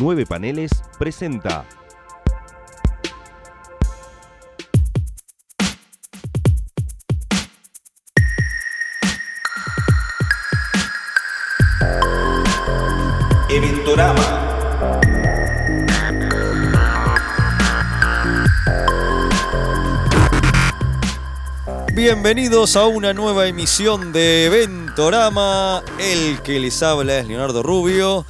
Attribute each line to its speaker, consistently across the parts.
Speaker 1: Nueve Paneles presenta.
Speaker 2: Eventorama.
Speaker 3: Bienvenidos a una nueva emisión de Ventorama. El que les habla es Leonardo Rubio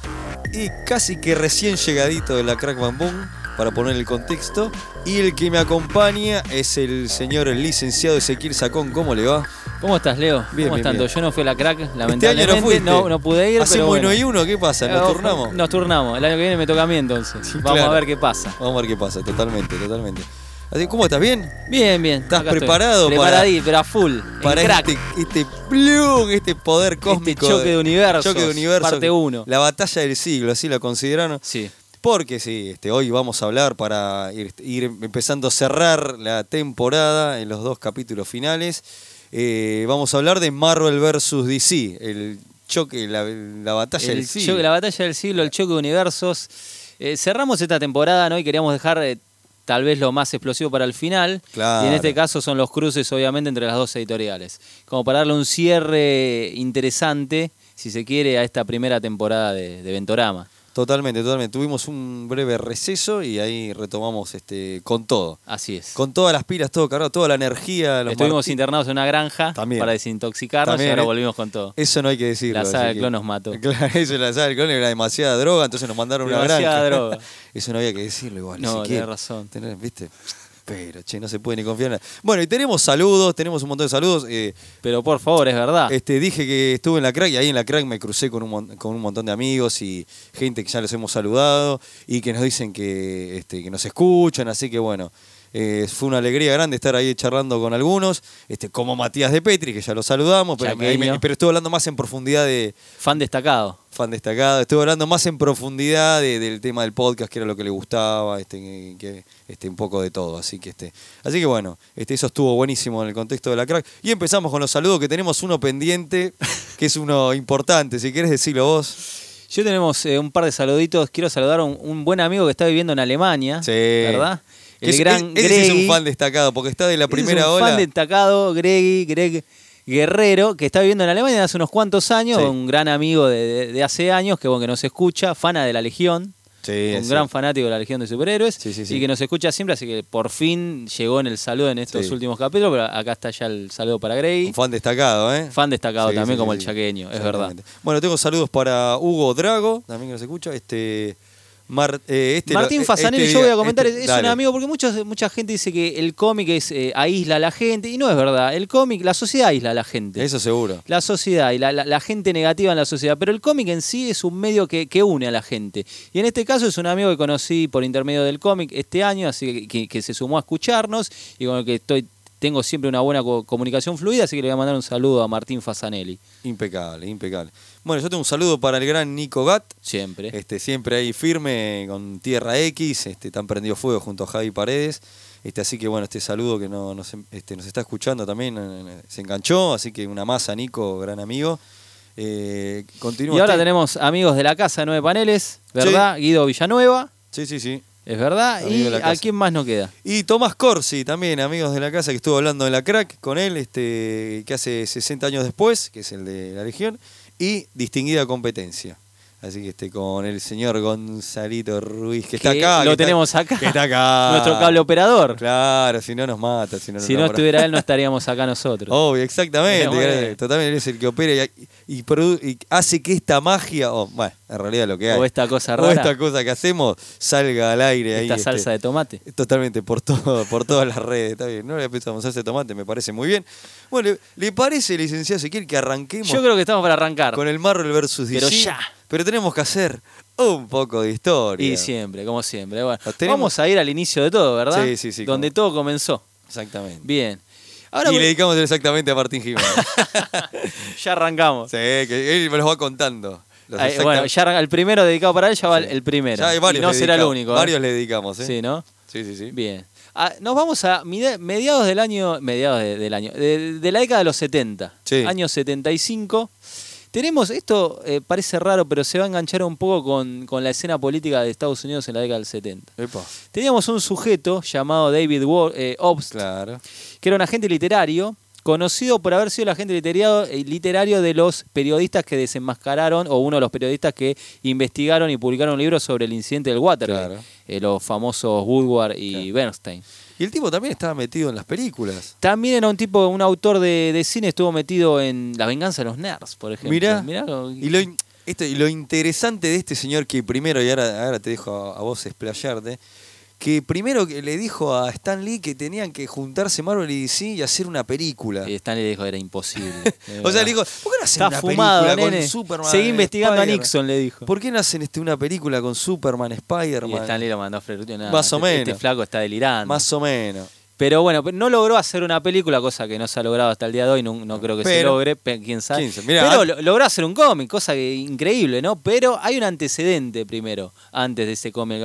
Speaker 3: y casi que recién llegadito de la Crack Bamboo para poner el contexto. Y el que me acompaña es el señor el licenciado Ezequiel Sacón. ¿Cómo le va?
Speaker 4: ¿Cómo estás, Leo?
Speaker 3: Bien,
Speaker 4: ¿Cómo
Speaker 3: bien,
Speaker 4: están?
Speaker 3: bien.
Speaker 4: Yo no fui a la crack,
Speaker 3: Este año
Speaker 4: lamentablemente.
Speaker 3: no fuiste.
Speaker 4: no, no pude ir, pero
Speaker 3: Hacemos
Speaker 4: bueno.
Speaker 3: uno y uno. ¿Qué pasa?
Speaker 4: Eh,
Speaker 3: Nos
Speaker 4: ojo,
Speaker 3: turnamos.
Speaker 4: Nos turnamos. El año que viene me toca a mí entonces. Vamos
Speaker 3: claro.
Speaker 4: a ver qué pasa.
Speaker 3: Vamos a ver qué pasa. Totalmente, totalmente. Así, ¿Cómo estás? ¿Bien?
Speaker 4: Bien, bien.
Speaker 3: ¿Estás
Speaker 4: acá estoy.
Speaker 3: preparado para-
Speaker 4: Preparadí, pero a full. en
Speaker 3: Para
Speaker 4: crack.
Speaker 3: este, este plum, este poder cósmico.
Speaker 4: choque de universos,
Speaker 3: Choque de universos.
Speaker 4: parte uno.
Speaker 3: La batalla del siglo, así la consideraron.
Speaker 4: Sí.
Speaker 3: Porque sí, este, hoy vamos a hablar para ir, ir empezando a cerrar la temporada en los dos capítulos finales. Eh, vamos a hablar de Marvel vs. DC, el choque, la, la batalla
Speaker 4: El
Speaker 3: del siglo.
Speaker 4: choque- la batalla del siglo, el choque de universos. Eh, cerramos esta temporada, ¿no? Y queríamos dejar eh, tal vez lo más explosivo para el final.
Speaker 3: Claro.
Speaker 4: Y en este caso son los cruces, obviamente, entre las dos editoriales. Como para darle un cierre interesante, si se quiere, a esta primera temporada de, de Ventorama.
Speaker 3: Totalmente, totalmente. Tuvimos un breve receso y ahí retomamos este, con todo.
Speaker 4: Así es.
Speaker 3: Con todas las pilas, todo cargado, toda la energía. Los
Speaker 4: Estuvimos
Speaker 3: martillos.
Speaker 4: internados en una granja
Speaker 3: También.
Speaker 4: para desintoxicarnos
Speaker 3: También,
Speaker 4: y ahora
Speaker 3: ¿eh?
Speaker 4: volvimos con todo.
Speaker 3: Eso no hay que decirlo.
Speaker 4: La saga
Speaker 3: así
Speaker 4: del
Speaker 3: que-
Speaker 4: clon nos mató.
Speaker 3: Claro, eso, la saga del clon era demasiada droga, entonces nos mandaron una granja.
Speaker 4: Demasiada droga.
Speaker 3: Eso no había que decirlo igual.
Speaker 4: No,
Speaker 3: Ezequiel.
Speaker 4: tenés razón.
Speaker 3: Tenés- ¿Viste? Pero, che, no se puede ni confiar en nada. Bueno, y tenemos saludos, tenemos un montón de saludos. eh,
Speaker 4: Pero por favor, es verdad.
Speaker 3: este, dije que estuve en la crack y ahí en la crack me crucé con un, mon- con un montón de amigos y gente que ya los hemos saludado y que nos dicen que, este, que nos escuchan, así que bueno. eh, fue una alegría grande estar ahí charlando con algunos, este, como Matías de Petri, que ya lo saludamos, pero,
Speaker 4: Chaqueño.
Speaker 3: ahí me- pero estuve hablando más en profundidad de
Speaker 4: Fan destacado.
Speaker 3: fan destacado, estuve hablando más en profundidad de- del tema del podcast, que era lo que le gustaba, este, que, este, un poco de todo, así que este, así que bueno, este, eso estuvo buenísimo en el contexto de la crack. Y empezamos con los saludos, que tenemos uno pendiente, que es uno importante, si quieres decirlo vos.
Speaker 4: Yo tenemos eh, un par de saluditos. Quiero saludar a un, un buen amigo que está viviendo en Alemania.
Speaker 3: Sí.
Speaker 4: Ah, ¿Verdad?
Speaker 3: Que
Speaker 4: El
Speaker 3: es-
Speaker 4: gran
Speaker 3: e- ese sí es un
Speaker 4: Greggy.
Speaker 3: fan destacado, porque está de la
Speaker 4: Ese
Speaker 3: primera
Speaker 4: es un
Speaker 3: ola.
Speaker 4: fan destacado, Greg, Greg Guerrero, que está viviendo en Alemania hace unos cuantos años,
Speaker 3: Sí.
Speaker 4: un gran amigo de, de- de hace años, que bueno, que nos escucha, fana de la Legión.
Speaker 3: Sí,
Speaker 4: un
Speaker 3: sí.
Speaker 4: gran fanático de la Legión de Superhéroes
Speaker 3: Sí, sí, sí.
Speaker 4: y que nos escucha siempre, así que por fin llegó en el saludo en estos
Speaker 3: Sí.
Speaker 4: últimos capítulos, pero acá está ya el saludo para Greg.
Speaker 3: Un fan destacado, ¿eh?
Speaker 4: Fan destacado también como el
Speaker 3: chaqueño,
Speaker 4: chaqueño, es verdad.
Speaker 3: Bueno, tengo saludos para Hugo Drago, también que nos escucha. Este, Mar- eh, este
Speaker 4: Martín
Speaker 3: lo- eh,
Speaker 4: Fasanelli,
Speaker 3: este
Speaker 4: yo voy a
Speaker 3: video-
Speaker 4: comentar,
Speaker 3: este-
Speaker 4: es un
Speaker 3: dale.
Speaker 4: amigo, porque muchos- mucha gente dice que el cómic es, eh, aísla a la gente, y no es verdad. El cómic, la sociedad aísla a la gente.
Speaker 3: Eso seguro.
Speaker 4: La sociedad y la, la- la gente negativa en la sociedad. Pero el cómic en sí es un medio que, que une a la gente. Y en este caso es un amigo que conocí por intermedio del cómic este año, así que, que- que se sumó a escucharnos y con el que estoy, tengo siempre una buena co- comunicación fluida, así que le voy a mandar un saludo a Martín Fasanelli.
Speaker 3: Impecable, impecable. Bueno, yo tengo un saludo para el gran Nico Gat,
Speaker 4: Siempre.
Speaker 3: este, siempre ahí firme con Tierra X, este, tan prendido fuego junto a Javi Paredes. Este, así que bueno, este saludo que no, nos, este, nos está escuchando también eh, se enganchó, así que una masa, Nico, gran amigo. Eh, continúa
Speaker 4: y ahora
Speaker 3: usted.
Speaker 4: tenemos amigos de la casa de Nueve Paneles, ¿verdad? Guido Villanueva,
Speaker 3: Sí, sí, sí.
Speaker 4: es verdad.
Speaker 3: Amigo
Speaker 4: ¿Y
Speaker 3: de la casa.
Speaker 4: a quién más nos queda?
Speaker 3: Y Tomás Corsi, también amigos de la casa, que estuvo hablando de la crack con él, este, que hace 60 años después, que es el de la Legión, y distinguida competencia. Así que este, con el señor Gonzalito Ruiz, que, está
Speaker 4: Que
Speaker 3: acá.
Speaker 4: Lo
Speaker 3: que está-
Speaker 4: tenemos acá.
Speaker 3: que está acá.
Speaker 4: Nuestro cable operador.
Speaker 3: Claro, si no nos mata. Si no,
Speaker 4: Si no
Speaker 3: nos-
Speaker 4: estuviera él, no estaríamos acá nosotros.
Speaker 3: Obvio, exactamente. eh,
Speaker 4: Muy bien.
Speaker 3: Totalmente, él es el que opera y, y produ- y hace que esta magia, o bueno, en realidad lo que hay.
Speaker 4: O esta cosa
Speaker 3: O
Speaker 4: rara.
Speaker 3: esta cosa que hacemos salga al aire ahí.
Speaker 4: Esta
Speaker 3: este,
Speaker 4: salsa de tomate.
Speaker 3: Totalmente, por todo, por todas las redes, está bien. No le pensamos salsa de tomate, me parece muy bien. Bueno, ¿le, le parece, licenciado Ezequiel, que arranquemos
Speaker 4: Yo creo que estamos para arrancar.
Speaker 3: con el Marvel versus DC?
Speaker 4: Pero ya.
Speaker 3: Pero tenemos que hacer un poco de historia.
Speaker 4: Y siempre, como siempre. Bueno,
Speaker 3: Lo tenemos.
Speaker 4: Vamos a ir al inicio de todo, ¿verdad?
Speaker 3: Sí, sí, sí,
Speaker 4: Donde
Speaker 3: como-
Speaker 4: todo comenzó.
Speaker 3: Exactamente.
Speaker 4: Bien. Ahora
Speaker 3: y
Speaker 4: voy-
Speaker 3: le dedicamos exactamente a Martín Jiménez.
Speaker 4: ya arrancamos.
Speaker 3: sí, que él me los va contando. Los
Speaker 4: Ah, eh,
Speaker 3: exacta-
Speaker 4: bueno, ya arran- el primero dedicado para él ya va el- el primero.
Speaker 3: Ya hay
Speaker 4: y
Speaker 3: varios
Speaker 4: no
Speaker 3: le
Speaker 4: será el
Speaker 3: dedicamos-
Speaker 4: único. ¿eh?
Speaker 3: Varios le dedicamos, ¿eh?
Speaker 4: Sí, ¿no?
Speaker 3: sí, sí. sí.
Speaker 4: Bien. Ah, nos vamos a mide- mediados del año. Mediados de- del año. De, de la década de los 70.
Speaker 3: Sí.
Speaker 4: Año 75. Tenemos, esto eh, parece raro, pero se va a enganchar un poco con, con la escena política de Estados Unidos en la década del 70.
Speaker 3: Epa.
Speaker 4: Teníamos un sujeto llamado David Wo- eh, Obst,
Speaker 3: Claro.
Speaker 4: que era un agente literario, conocido por haber sido el agente literario, eh, literario de los periodistas que desenmascararon, o uno de los periodistas que investigaron y publicaron un libro sobre el incidente del Watergate,
Speaker 3: Claro.
Speaker 4: eh, los famosos Woodward y Bernstein.
Speaker 3: Y el tipo también estaba metido en las películas.
Speaker 4: También era un tipo, un autor de, de cine, estuvo metido en La venganza de los nerds, por ejemplo.
Speaker 3: Mirá,
Speaker 4: Mirá lo-
Speaker 3: y, lo, in- esto- y lo interesante de este señor que primero, y ahora, ahora te dejo a, a vos explayarte, que primero que le dijo a Stan Lee que tenían que juntarse Marvel y DC y hacer una película.
Speaker 4: Y Eh, Stanley dijo era imposible. De
Speaker 3: o sea,
Speaker 4: verdad.
Speaker 3: le dijo, ¿por qué no hacen
Speaker 4: Está
Speaker 3: una
Speaker 4: fumado,
Speaker 3: película
Speaker 4: nene.
Speaker 3: con Superman?
Speaker 4: Seguí investigando a
Speaker 3: Spider-Man?
Speaker 4: Nixon, le dijo.
Speaker 3: ¿Por qué no hacen este, una película con Superman,
Speaker 4: Y
Speaker 3: Spider-Man?
Speaker 4: Stanley lo mandó a freír, nada,
Speaker 3: Más o
Speaker 4: este-
Speaker 3: menos.
Speaker 4: Este flaco está delirando.
Speaker 3: Más o menos.
Speaker 4: Pero bueno, pero no logró hacer una película, cosa que no se ha logrado hasta el día de hoy, no, no creo que se
Speaker 3: Pero-
Speaker 4: logre, pe- quién sabe.
Speaker 3: quién sabe. Mirá,
Speaker 4: pero
Speaker 3: ah-
Speaker 4: lo- logró hacer un cómic, cosa que, increíble, ¿no? Pero hay un antecedente primero, antes de ese cómic.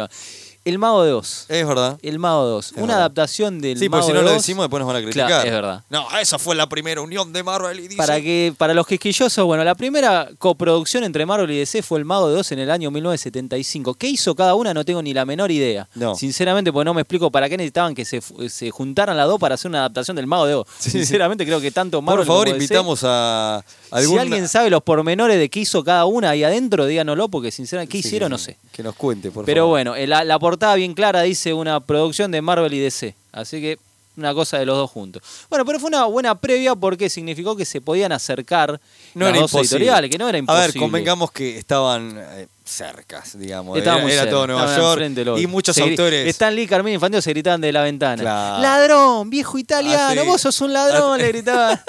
Speaker 4: El Mago de Oz.
Speaker 3: Es verdad.
Speaker 4: El Mago 2. Una
Speaker 3: Eh. verdad.
Speaker 4: adaptación del
Speaker 3: Sí,
Speaker 4: Mago
Speaker 3: porque si
Speaker 4: de
Speaker 3: no lo
Speaker 4: Oz.
Speaker 3: decimos después nos van a criticar.
Speaker 4: Claro, es verdad.
Speaker 3: No, esa fue la primera unión de Marvel y DC.
Speaker 4: Para, que, para los quisquillosos, bueno, la primera coproducción entre Marvel y DC fue El Mago de Oz en el año 1975. ¿Qué hizo cada una? No tengo ni la menor idea.
Speaker 3: No.
Speaker 4: Sinceramente, pues no me explico para qué necesitaban que se, fu- eh, se juntaran las dos para hacer una adaptación del Mago de Oz.
Speaker 3: Sí.
Speaker 4: Sinceramente, creo que tanto
Speaker 3: Por
Speaker 4: Marvel
Speaker 3: favor,
Speaker 4: como DC,
Speaker 3: invitamos a algún...
Speaker 4: Si alguien sabe los pormenores de qué hizo cada una ahí adentro, díganoslo, porque sinceramente, ¿qué hicieron? No sé.
Speaker 3: Que nos cuente, por
Speaker 4: Pero
Speaker 3: favor.
Speaker 4: bueno, eh, la, la portada bien clara dice una producción de Marvel y DC. Así que una cosa de los dos juntos. Bueno, pero fue una buena previa porque significó que se podían acercar
Speaker 3: no
Speaker 4: las
Speaker 3: era
Speaker 4: dos
Speaker 3: imposible.
Speaker 4: editoriales, que no era imposible.
Speaker 3: A ver, convengamos que estaban eh, cercas, digamos.
Speaker 4: Estaba
Speaker 3: era
Speaker 4: muy
Speaker 3: era
Speaker 4: cerca,
Speaker 3: todo Nueva
Speaker 4: estaban al frente del
Speaker 3: York.
Speaker 4: otro.
Speaker 3: Y muchos
Speaker 4: Se gri-
Speaker 3: autores.
Speaker 4: Stan Lee, Carmín Infantino se gritaban de la ventana.
Speaker 3: Claro.
Speaker 4: Ladrón, viejo italiano,
Speaker 3: Ah, sí.
Speaker 4: vos sos un ladrón, le gritaban.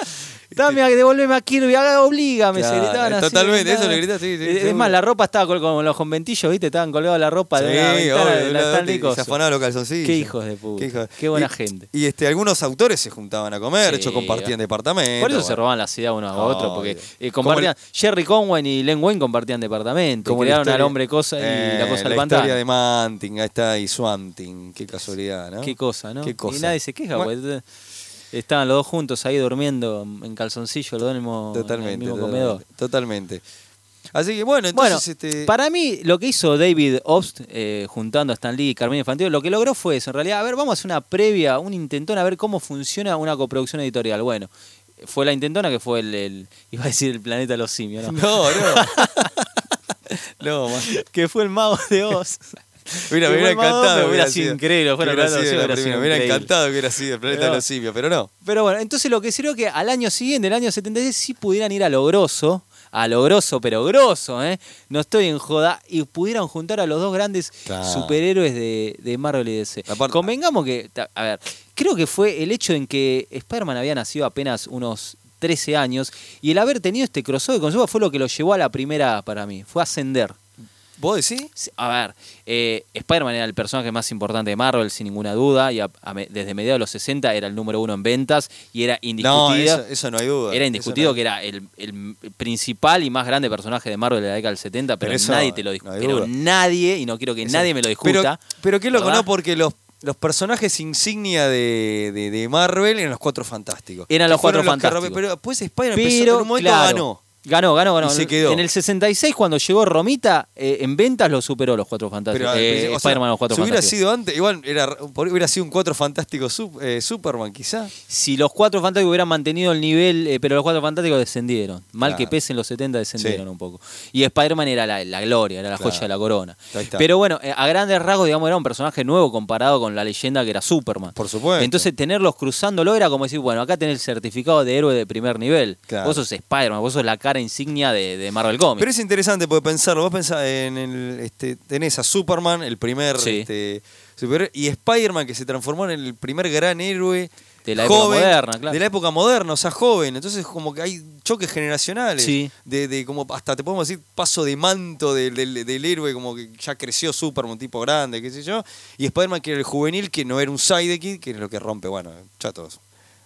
Speaker 4: Dame, a- devolveme a Kirby, haga- obligame, se
Speaker 3: Claro,
Speaker 4: gritaban así.
Speaker 3: totalmente,
Speaker 4: gritaban.
Speaker 3: eso le gritaban, sí, sí,
Speaker 4: Eh, Es
Speaker 3: seguro.
Speaker 4: más, la ropa estaba col- como los conventillos, ¿viste? Estaban colgados la ropa de una
Speaker 3: Sí,
Speaker 4: ventana
Speaker 3: obvio,
Speaker 4: de la
Speaker 3: una-
Speaker 4: Stan Lee
Speaker 3: y
Speaker 4: cosa.
Speaker 3: se afanaba los calzoncillos.
Speaker 4: Qué hijos de puta.
Speaker 3: hijos de-
Speaker 4: Qué buena
Speaker 3: y-
Speaker 4: gente.
Speaker 3: Y este, algunos autores se juntaban a comer, de hecho
Speaker 4: Sí,
Speaker 3: compartían
Speaker 4: obvio.
Speaker 3: departamentos.
Speaker 4: Por eso se
Speaker 3: bueno.
Speaker 4: robaban la ciudad uno a
Speaker 3: Obvio.
Speaker 4: otro, porque eh,
Speaker 3: Como
Speaker 4: compartían, Jerry Conway y Len Wayne compartían departamento, y
Speaker 3: Como la
Speaker 4: crearon al
Speaker 3: historia-
Speaker 4: hombre cosa y
Speaker 3: Eh,
Speaker 4: la cosa al
Speaker 3: La historia
Speaker 4: pantano.
Speaker 3: de Manting, ahí está, y Swanting. Qué casualidad, ¿no?
Speaker 4: Qué cosa, ¿no?
Speaker 3: Qué cosa.
Speaker 4: Y nadie se queja,
Speaker 3: Bueno,
Speaker 4: pues, porque eh, estaban los dos juntos ahí durmiendo en calzoncillo, los dos en el mismo, en el
Speaker 3: Totalmente.
Speaker 4: mismo
Speaker 3: totalmente,
Speaker 4: comedor.
Speaker 3: Totalmente. Así que bueno,
Speaker 4: Bueno,
Speaker 3: entonces este,
Speaker 4: para mí lo que hizo David Obst eh, juntando a Stan Lee y Carmen Infantino, lo que logró fue eso. En realidad, a ver, vamos a hacer una previa, un intentón a ver cómo funciona una coproducción editorial. Bueno, fue la intentona que fue el, el- iba a decir el planeta de los simios, ¿no?
Speaker 3: No, no. no, más.
Speaker 4: que fue el mago de Oz.
Speaker 3: Mira,
Speaker 4: Que
Speaker 3: me
Speaker 4: fue
Speaker 3: hubiera
Speaker 4: el mago de Oz,
Speaker 3: encantado.
Speaker 4: pero
Speaker 3: que
Speaker 4: hubiera sido increíble, fuera
Speaker 3: hubiera
Speaker 4: Planeta de los
Speaker 3: sido
Speaker 4: Simios,
Speaker 3: la
Speaker 4: hubiera sido
Speaker 3: primera, me hubiera
Speaker 4: increíble.
Speaker 3: encantado que hubiera sido el planeta de
Speaker 4: Pero-
Speaker 3: los simios, pero no.
Speaker 4: Pero bueno, entonces lo que sirvió que al año siguiente, el año 76, sí pudieran ir a lo grosso, a lo grosso, pero grosso, ¿eh? No estoy en joda, y pudieran juntar a los dos grandes
Speaker 3: Claro.
Speaker 4: superhéroes de, de Marvel y DC.
Speaker 3: Aparte-
Speaker 4: Convengamos que, ta- a ver, creo que fue el hecho en que Spider-Man había nacido apenas unos 13 años, y el haber tenido este crossover con Superman fue lo que lo llevó a la primera para mí, fue ascender.
Speaker 3: ¿Vos decís?
Speaker 4: Sí, A ver, eh, Spider-Man era el personaje más importante de Marvel, sin ninguna duda, y a- a me- desde mediados de los 60 era el número uno en ventas y era indiscutido.
Speaker 3: No, eso, eso no hay duda.
Speaker 4: era
Speaker 3: Eso
Speaker 4: indiscutido
Speaker 3: no-
Speaker 4: que era el, el principal y más grande personaje de Marvel de la década del 70, pero,
Speaker 3: Pero eso
Speaker 4: nadie te lo
Speaker 3: no
Speaker 4: discute.
Speaker 3: hay duda.
Speaker 4: pero nadie, y no quiero que
Speaker 3: eso-
Speaker 4: nadie me lo discuta.
Speaker 3: Pero, pero qué loco,
Speaker 4: ¿verdad?
Speaker 3: ¿no? Porque los, los personajes insignia de, de, de Marvel eran los cuatro fantásticos.
Speaker 4: Eran
Speaker 3: Que
Speaker 4: los Cuatro
Speaker 3: fueron que
Speaker 4: Fantásticos.
Speaker 3: robe- pero pues Spider-Man empezó-
Speaker 4: Pero,
Speaker 3: en un momento
Speaker 4: claro,
Speaker 3: ganó.
Speaker 4: Ganó, ganó,
Speaker 3: Y
Speaker 4: ganó.
Speaker 3: se quedó.
Speaker 4: En el 66, cuando llegó Romita, eh, en ventas lo superó los Cuatro Fantásticos.
Speaker 3: Pero al
Speaker 4: eh,
Speaker 3: principio, o sea,
Speaker 4: Spider-Man los Cuatro
Speaker 3: si hubiera
Speaker 4: Fantásticos.
Speaker 3: sido antes, igual era, hubiera sido un cuatro fantástico sup- eh, Superman, quizá.
Speaker 4: Si los cuatro fantásticos hubieran mantenido el nivel, eh, pero los cuatro fantásticos descendieron. Mal
Speaker 3: Claro.
Speaker 4: que pesen los 70 descendieron
Speaker 3: Sí.
Speaker 4: un poco. Y Spider-Man era la, la gloria, era la
Speaker 3: Claro.
Speaker 4: joya de la corona.
Speaker 3: Ahí está.
Speaker 4: Pero bueno, eh, a grandes rasgos, digamos, era un personaje nuevo comparado con la leyenda que era Superman.
Speaker 3: Por supuesto.
Speaker 4: Entonces, tenerlos cruzándolo era como decir, bueno, acá tenés el certificado de héroe de primer nivel.
Speaker 3: Claro.
Speaker 4: Vos sos Spider-Man, vos sos la cara insignia de, de Marvel Comics.
Speaker 3: Pero es este. interesante porque pensarlo. Vos pensás en el. Este, tenés a Superman, el primer
Speaker 4: Sí.
Speaker 3: este, superhéroe, y Spider-Man, que se transformó en el primer gran héroe.
Speaker 4: De la época
Speaker 3: joven,
Speaker 4: moderna, claro.
Speaker 3: De la época moderna, o sea, joven. Entonces, como que hay choques generacionales.
Speaker 4: Sí.
Speaker 3: De, de como hasta te podemos decir paso de manto del, del- del héroe, como que ya creció Superman, un tipo grande, qué sé yo. Y Spider-Man, que era el juvenil, que no era un sidekick, que es lo que rompe, bueno, chatos.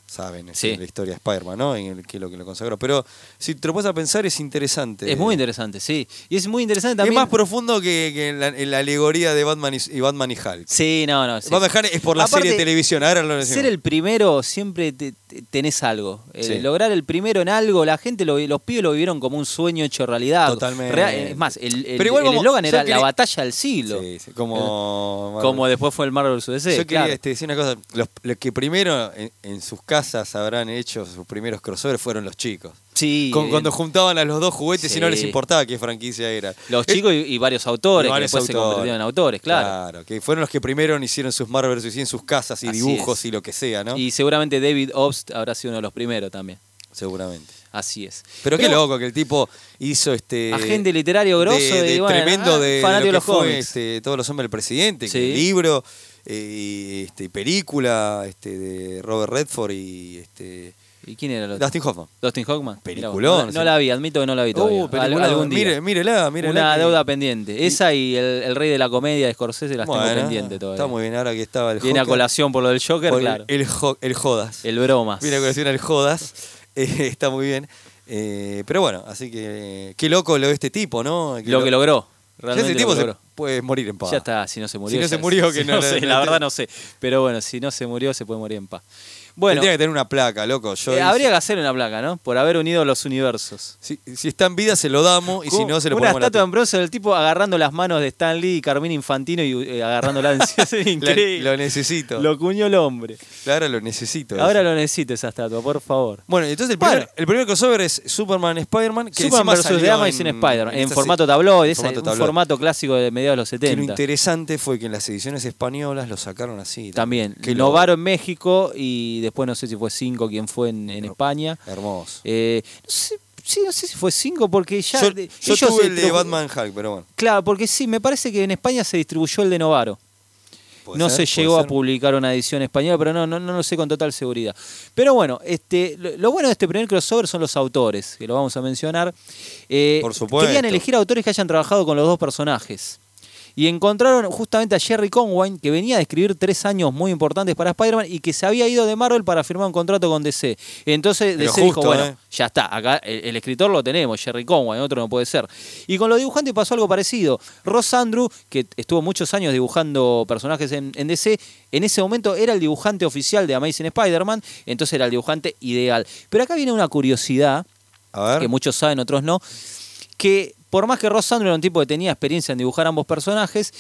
Speaker 3: saben
Speaker 4: Sí.
Speaker 3: este, la historia de Spider-Man, ¿no? En el que lo que lo consagró. Pero si te lo pones a pensar, es interesante.
Speaker 4: Es muy interesante, sí. Y es muy interesante
Speaker 3: Es
Speaker 4: también.
Speaker 3: más profundo que, que en la, en la alegoría de Batman y, y Batman y Hulk.
Speaker 4: Sí, no, no. sí.
Speaker 3: Batman y Hulk es por la
Speaker 4: Aparte,
Speaker 3: serie de televisión. Ahora lo decimos.
Speaker 4: Ser el primero siempre te- te- tenés algo. Eh,
Speaker 3: Sí.
Speaker 4: Lograr el primero en algo, la gente, lo, vi- los pibes lo vivieron como un sueño hecho realidad.
Speaker 3: Totalmente.
Speaker 4: Real- es más, el el-
Speaker 3: Pero igual
Speaker 4: el
Speaker 3: como-
Speaker 4: eslogan
Speaker 3: yo
Speaker 4: era la
Speaker 3: quería-
Speaker 4: batalla del siglo.
Speaker 3: Sí, sí, como.
Speaker 4: Como después fue el Marvel vs.
Speaker 3: Yo
Speaker 4: DC.
Speaker 3: quería
Speaker 4: claro.
Speaker 3: este, decir una cosa. Los, los que primero en, en sus casas habrán hecho sus primeros crossovers fueron los chicos.
Speaker 4: Sí,
Speaker 3: Con-
Speaker 4: eh,
Speaker 3: cuando juntaban a los dos juguetes y no
Speaker 4: Sí.
Speaker 3: les importaba qué franquicia era.
Speaker 4: los
Speaker 3: Es-
Speaker 4: chicos y, y varios autores
Speaker 3: eh, varios
Speaker 4: que después se
Speaker 3: autores.
Speaker 4: convirtieron en autores, claro.
Speaker 3: que fueron los que primero hicieron sus Marvel vs. DC en sus casas y
Speaker 4: Así
Speaker 3: dibujos
Speaker 4: es.
Speaker 3: y lo que sea, ¿no?
Speaker 4: Y seguramente David Obst habrá sido uno de los primeros también.
Speaker 3: Seguramente.
Speaker 4: Así es.
Speaker 3: Pero, qué loco que el tipo hizo este.
Speaker 4: Agente literario grosso
Speaker 3: de- de
Speaker 4: y bueno,
Speaker 3: tremendo
Speaker 4: ah,
Speaker 3: de, de
Speaker 4: fanático
Speaker 3: lo que
Speaker 4: de los
Speaker 3: fue,
Speaker 4: cómics.
Speaker 3: este, todos los hombres del presidente, que
Speaker 4: Sí.
Speaker 3: el libro, eh, y, este, película este, de Robert Redford y este,
Speaker 4: ¿Y quién era el otro?
Speaker 3: Dustin Hoffman.
Speaker 4: Dustin Hoffman. Mirá vos.
Speaker 3: Peliculón,
Speaker 4: No, la- no
Speaker 3: sí.
Speaker 4: la vi, admito que no la vi todavía.
Speaker 3: Uh, película,
Speaker 4: Al- algún día.
Speaker 3: Mire, mírela, mírela.
Speaker 4: Una
Speaker 3: Ah, que-
Speaker 4: deuda pendiente. Esa y el, el rey de la comedia de Scorsese las
Speaker 3: Bueno,
Speaker 4: tengo pendiente todavía.
Speaker 3: Está muy bien, ahora que estaba el
Speaker 4: Viene a
Speaker 3: Joker,
Speaker 4: colación por lo del Joker,
Speaker 3: por el-
Speaker 4: claro. El,
Speaker 3: El, Jo- el Jodas.
Speaker 4: bromas.
Speaker 3: Viene a colación al Jodas. eh, está muy bien. Eh, pero bueno, así que. Qué loco lo de este tipo, ¿no?
Speaker 4: lo que logró.
Speaker 3: Ya
Speaker 4: Realmente
Speaker 3: ese
Speaker 4: lo
Speaker 3: tipo
Speaker 4: que
Speaker 3: se
Speaker 4: logró.
Speaker 3: puede morir en paz.
Speaker 4: Ya está, si no se murió.
Speaker 3: Si no
Speaker 4: ya-
Speaker 3: se murió, que
Speaker 4: si
Speaker 3: no-
Speaker 4: sé,
Speaker 3: no-
Speaker 4: la
Speaker 3: no-
Speaker 4: verdad no sé. Pero bueno, si no se murió, se puede morir en paz. Bueno,
Speaker 3: Tendría que tener una placa, loco. Yo
Speaker 4: eh,
Speaker 3: hice-
Speaker 4: habría que hacer una placa, ¿no? Por haber unido los universos.
Speaker 3: si, si está en vida, se lo damos y si no, se lo
Speaker 4: Uh, Una
Speaker 3: ponemos
Speaker 4: estatua
Speaker 3: en
Speaker 4: en bronce del tipo agarrando las manos de Stan Lee y Carmín Infantino y eh, agarrándola en sí. Es
Speaker 3: la
Speaker 4: increíble.
Speaker 3: Lo necesito.
Speaker 4: Lo cuñó el hombre.
Speaker 3: Ahora lo necesito.
Speaker 4: Ahora
Speaker 3: eso.
Speaker 4: lo necesito esa estatua, por favor.
Speaker 3: Bueno, entonces el primer,
Speaker 4: Bueno.
Speaker 3: el primer crossover es Superman Spider-Man. que
Speaker 4: Superman
Speaker 3: encima
Speaker 4: vs. The
Speaker 3: salió
Speaker 4: Amazing Spider-Man, en
Speaker 3: esta
Speaker 4: formato
Speaker 3: se-
Speaker 4: tabloide,
Speaker 3: en
Speaker 4: esa-
Speaker 3: formato
Speaker 4: un
Speaker 3: tabloide.
Speaker 4: formato clásico de mediados de los
Speaker 3: Que lo
Speaker 4: 70.
Speaker 3: interesante fue que en las ediciones españolas lo sacaron así.
Speaker 4: También,
Speaker 3: Qué loco.
Speaker 4: Novaro en México y después no sé si fue 5 quien fue en, en España.
Speaker 3: Hermoso.
Speaker 4: Eh, no sé, sí, no sé si fue 5 porque ya...
Speaker 3: yo
Speaker 4: de-
Speaker 3: yo
Speaker 4: ellos
Speaker 3: tuve
Speaker 4: se
Speaker 3: el de
Speaker 4: tro-
Speaker 3: Batman Hulk, pero bueno.
Speaker 4: Claro, porque sí, me parece que en España se distribuyó el de Novaro.
Speaker 3: puede
Speaker 4: No
Speaker 3: ser,
Speaker 4: se
Speaker 3: puede
Speaker 4: llegó a
Speaker 3: ser.
Speaker 4: publicar una edición española, pero no, no, no lo sé con total seguridad. Pero bueno, este, lo, lo bueno de este primer crossover son los autores, que lo vamos a mencionar. Eh,
Speaker 3: Por supuesto.
Speaker 4: Querían elegir autores que hayan trabajado con los dos personajes. Y encontraron justamente a Jerry Conway, que venía de escribir tres años muy importantes para Spider-Man y que se había ido de Marvel para firmar un contrato con DC. Entonces
Speaker 3: Pero
Speaker 4: DC dijo,
Speaker 3: justo,
Speaker 4: bueno,
Speaker 3: ¿eh?
Speaker 4: ya está, acá el, el escritor lo tenemos, Jerry Conway, otro no puede ser. Y con los dibujantes pasó algo parecido. Ross Andrew, que estuvo muchos años dibujando personajes en, en DC, en ese momento era el dibujante oficial de Amazing Spider-Man, entonces era el dibujante ideal. Pero acá viene una curiosidad,
Speaker 3: A ver.
Speaker 4: que muchos saben, otros no, que por más que Ross Sandro era un tipo que tenía experiencia en dibujar ambos personajes,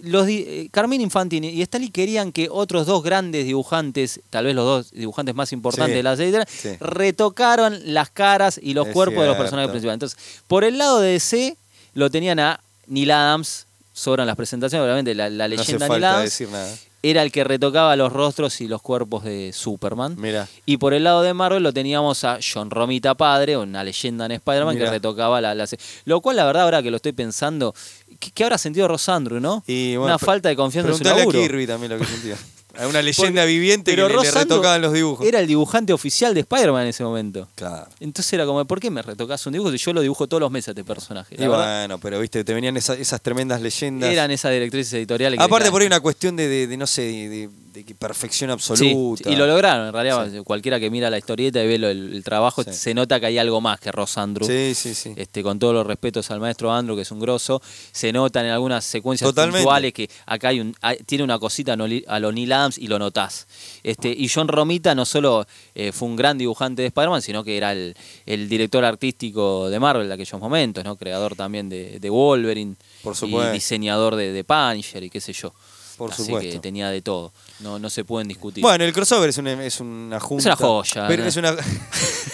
Speaker 4: los di- eh, Carmine Infantini y Stanley querían que otros dos grandes dibujantes, tal vez los dos dibujantes más importantes
Speaker 3: Sí,
Speaker 4: de la serie,
Speaker 3: sí.
Speaker 4: retocaron las caras y los
Speaker 3: Es
Speaker 4: cuerpos de los personajes
Speaker 3: cierto.
Speaker 4: principales. Entonces, por el lado de DC, lo tenían a Neil Adams, sobran las presentaciones, obviamente la, la
Speaker 3: no hace
Speaker 4: leyenda Neil
Speaker 3: falta
Speaker 4: Adams
Speaker 3: decir nada.
Speaker 4: era el que retocaba los rostros y los cuerpos de Superman.
Speaker 3: Mirá.
Speaker 4: Y por el lado de Marvel lo teníamos a John Romita padre, una leyenda en Spider-Man que
Speaker 3: Mirá.
Speaker 4: retocaba la, la se- Lo cual, la verdad, ahora que lo estoy pensando, ¿qué, qué habrá sentido Rosandro, no?
Speaker 3: Y, bueno,
Speaker 4: una
Speaker 3: pre-
Speaker 4: falta de confianza en su
Speaker 3: preguntale
Speaker 4: laburo.
Speaker 3: a Kirby también lo que sentía. Hay una leyenda viviente
Speaker 4: Pero
Speaker 3: que le- le,
Speaker 4: Ross Andrew
Speaker 3: retocaban los dibujos.
Speaker 4: Era el dibujante oficial de Spider-Man en ese momento.
Speaker 3: Claro.
Speaker 4: Entonces era como, ¿por qué me retocas un dibujo si yo lo dibujo todos los meses a este personaje? La
Speaker 3: Y
Speaker 4: verdad,
Speaker 3: bueno, pero viste, te venían esa- esas tremendas leyendas.
Speaker 4: eran esas directrices editoriales. que-
Speaker 3: Aparte por ahí una cuestión de, de- de, no sé, de, de- de que perfección
Speaker 4: Sí,
Speaker 3: absoluta.
Speaker 4: y lo lograron, en realidad. Cualquiera que mira la historieta y ve lo- el, el trabajo,
Speaker 3: Sí.
Speaker 4: se nota que hay algo más que Ross Andrew.
Speaker 3: Sí, sí, sí.
Speaker 4: Este, con todos los respetos al maestro Andrew, que es un grosso, se notan en algunas secuencias
Speaker 3: Totalmente.
Speaker 4: puntuales que acá hay un, hay- tiene una cosita a lo Neil- a lo Neil Adams y lo notás. Este, y John Romita no solo eh, fue un gran dibujante de Spider-Man, sino que era el, el director artístico de Marvel de aquellos momentos, ¿no? creador también de, de Wolverine
Speaker 3: Por
Speaker 4: y
Speaker 3: supuesto.
Speaker 4: diseñador de, de Punisher y qué sé yo.
Speaker 3: Por
Speaker 4: Así que
Speaker 3: supuesto.
Speaker 4: tenía de todo. No, no se pueden discutir.
Speaker 3: Bueno, el crossover es una, es una junta.
Speaker 4: una joya,
Speaker 3: Pero
Speaker 4: ¿no?
Speaker 3: es una.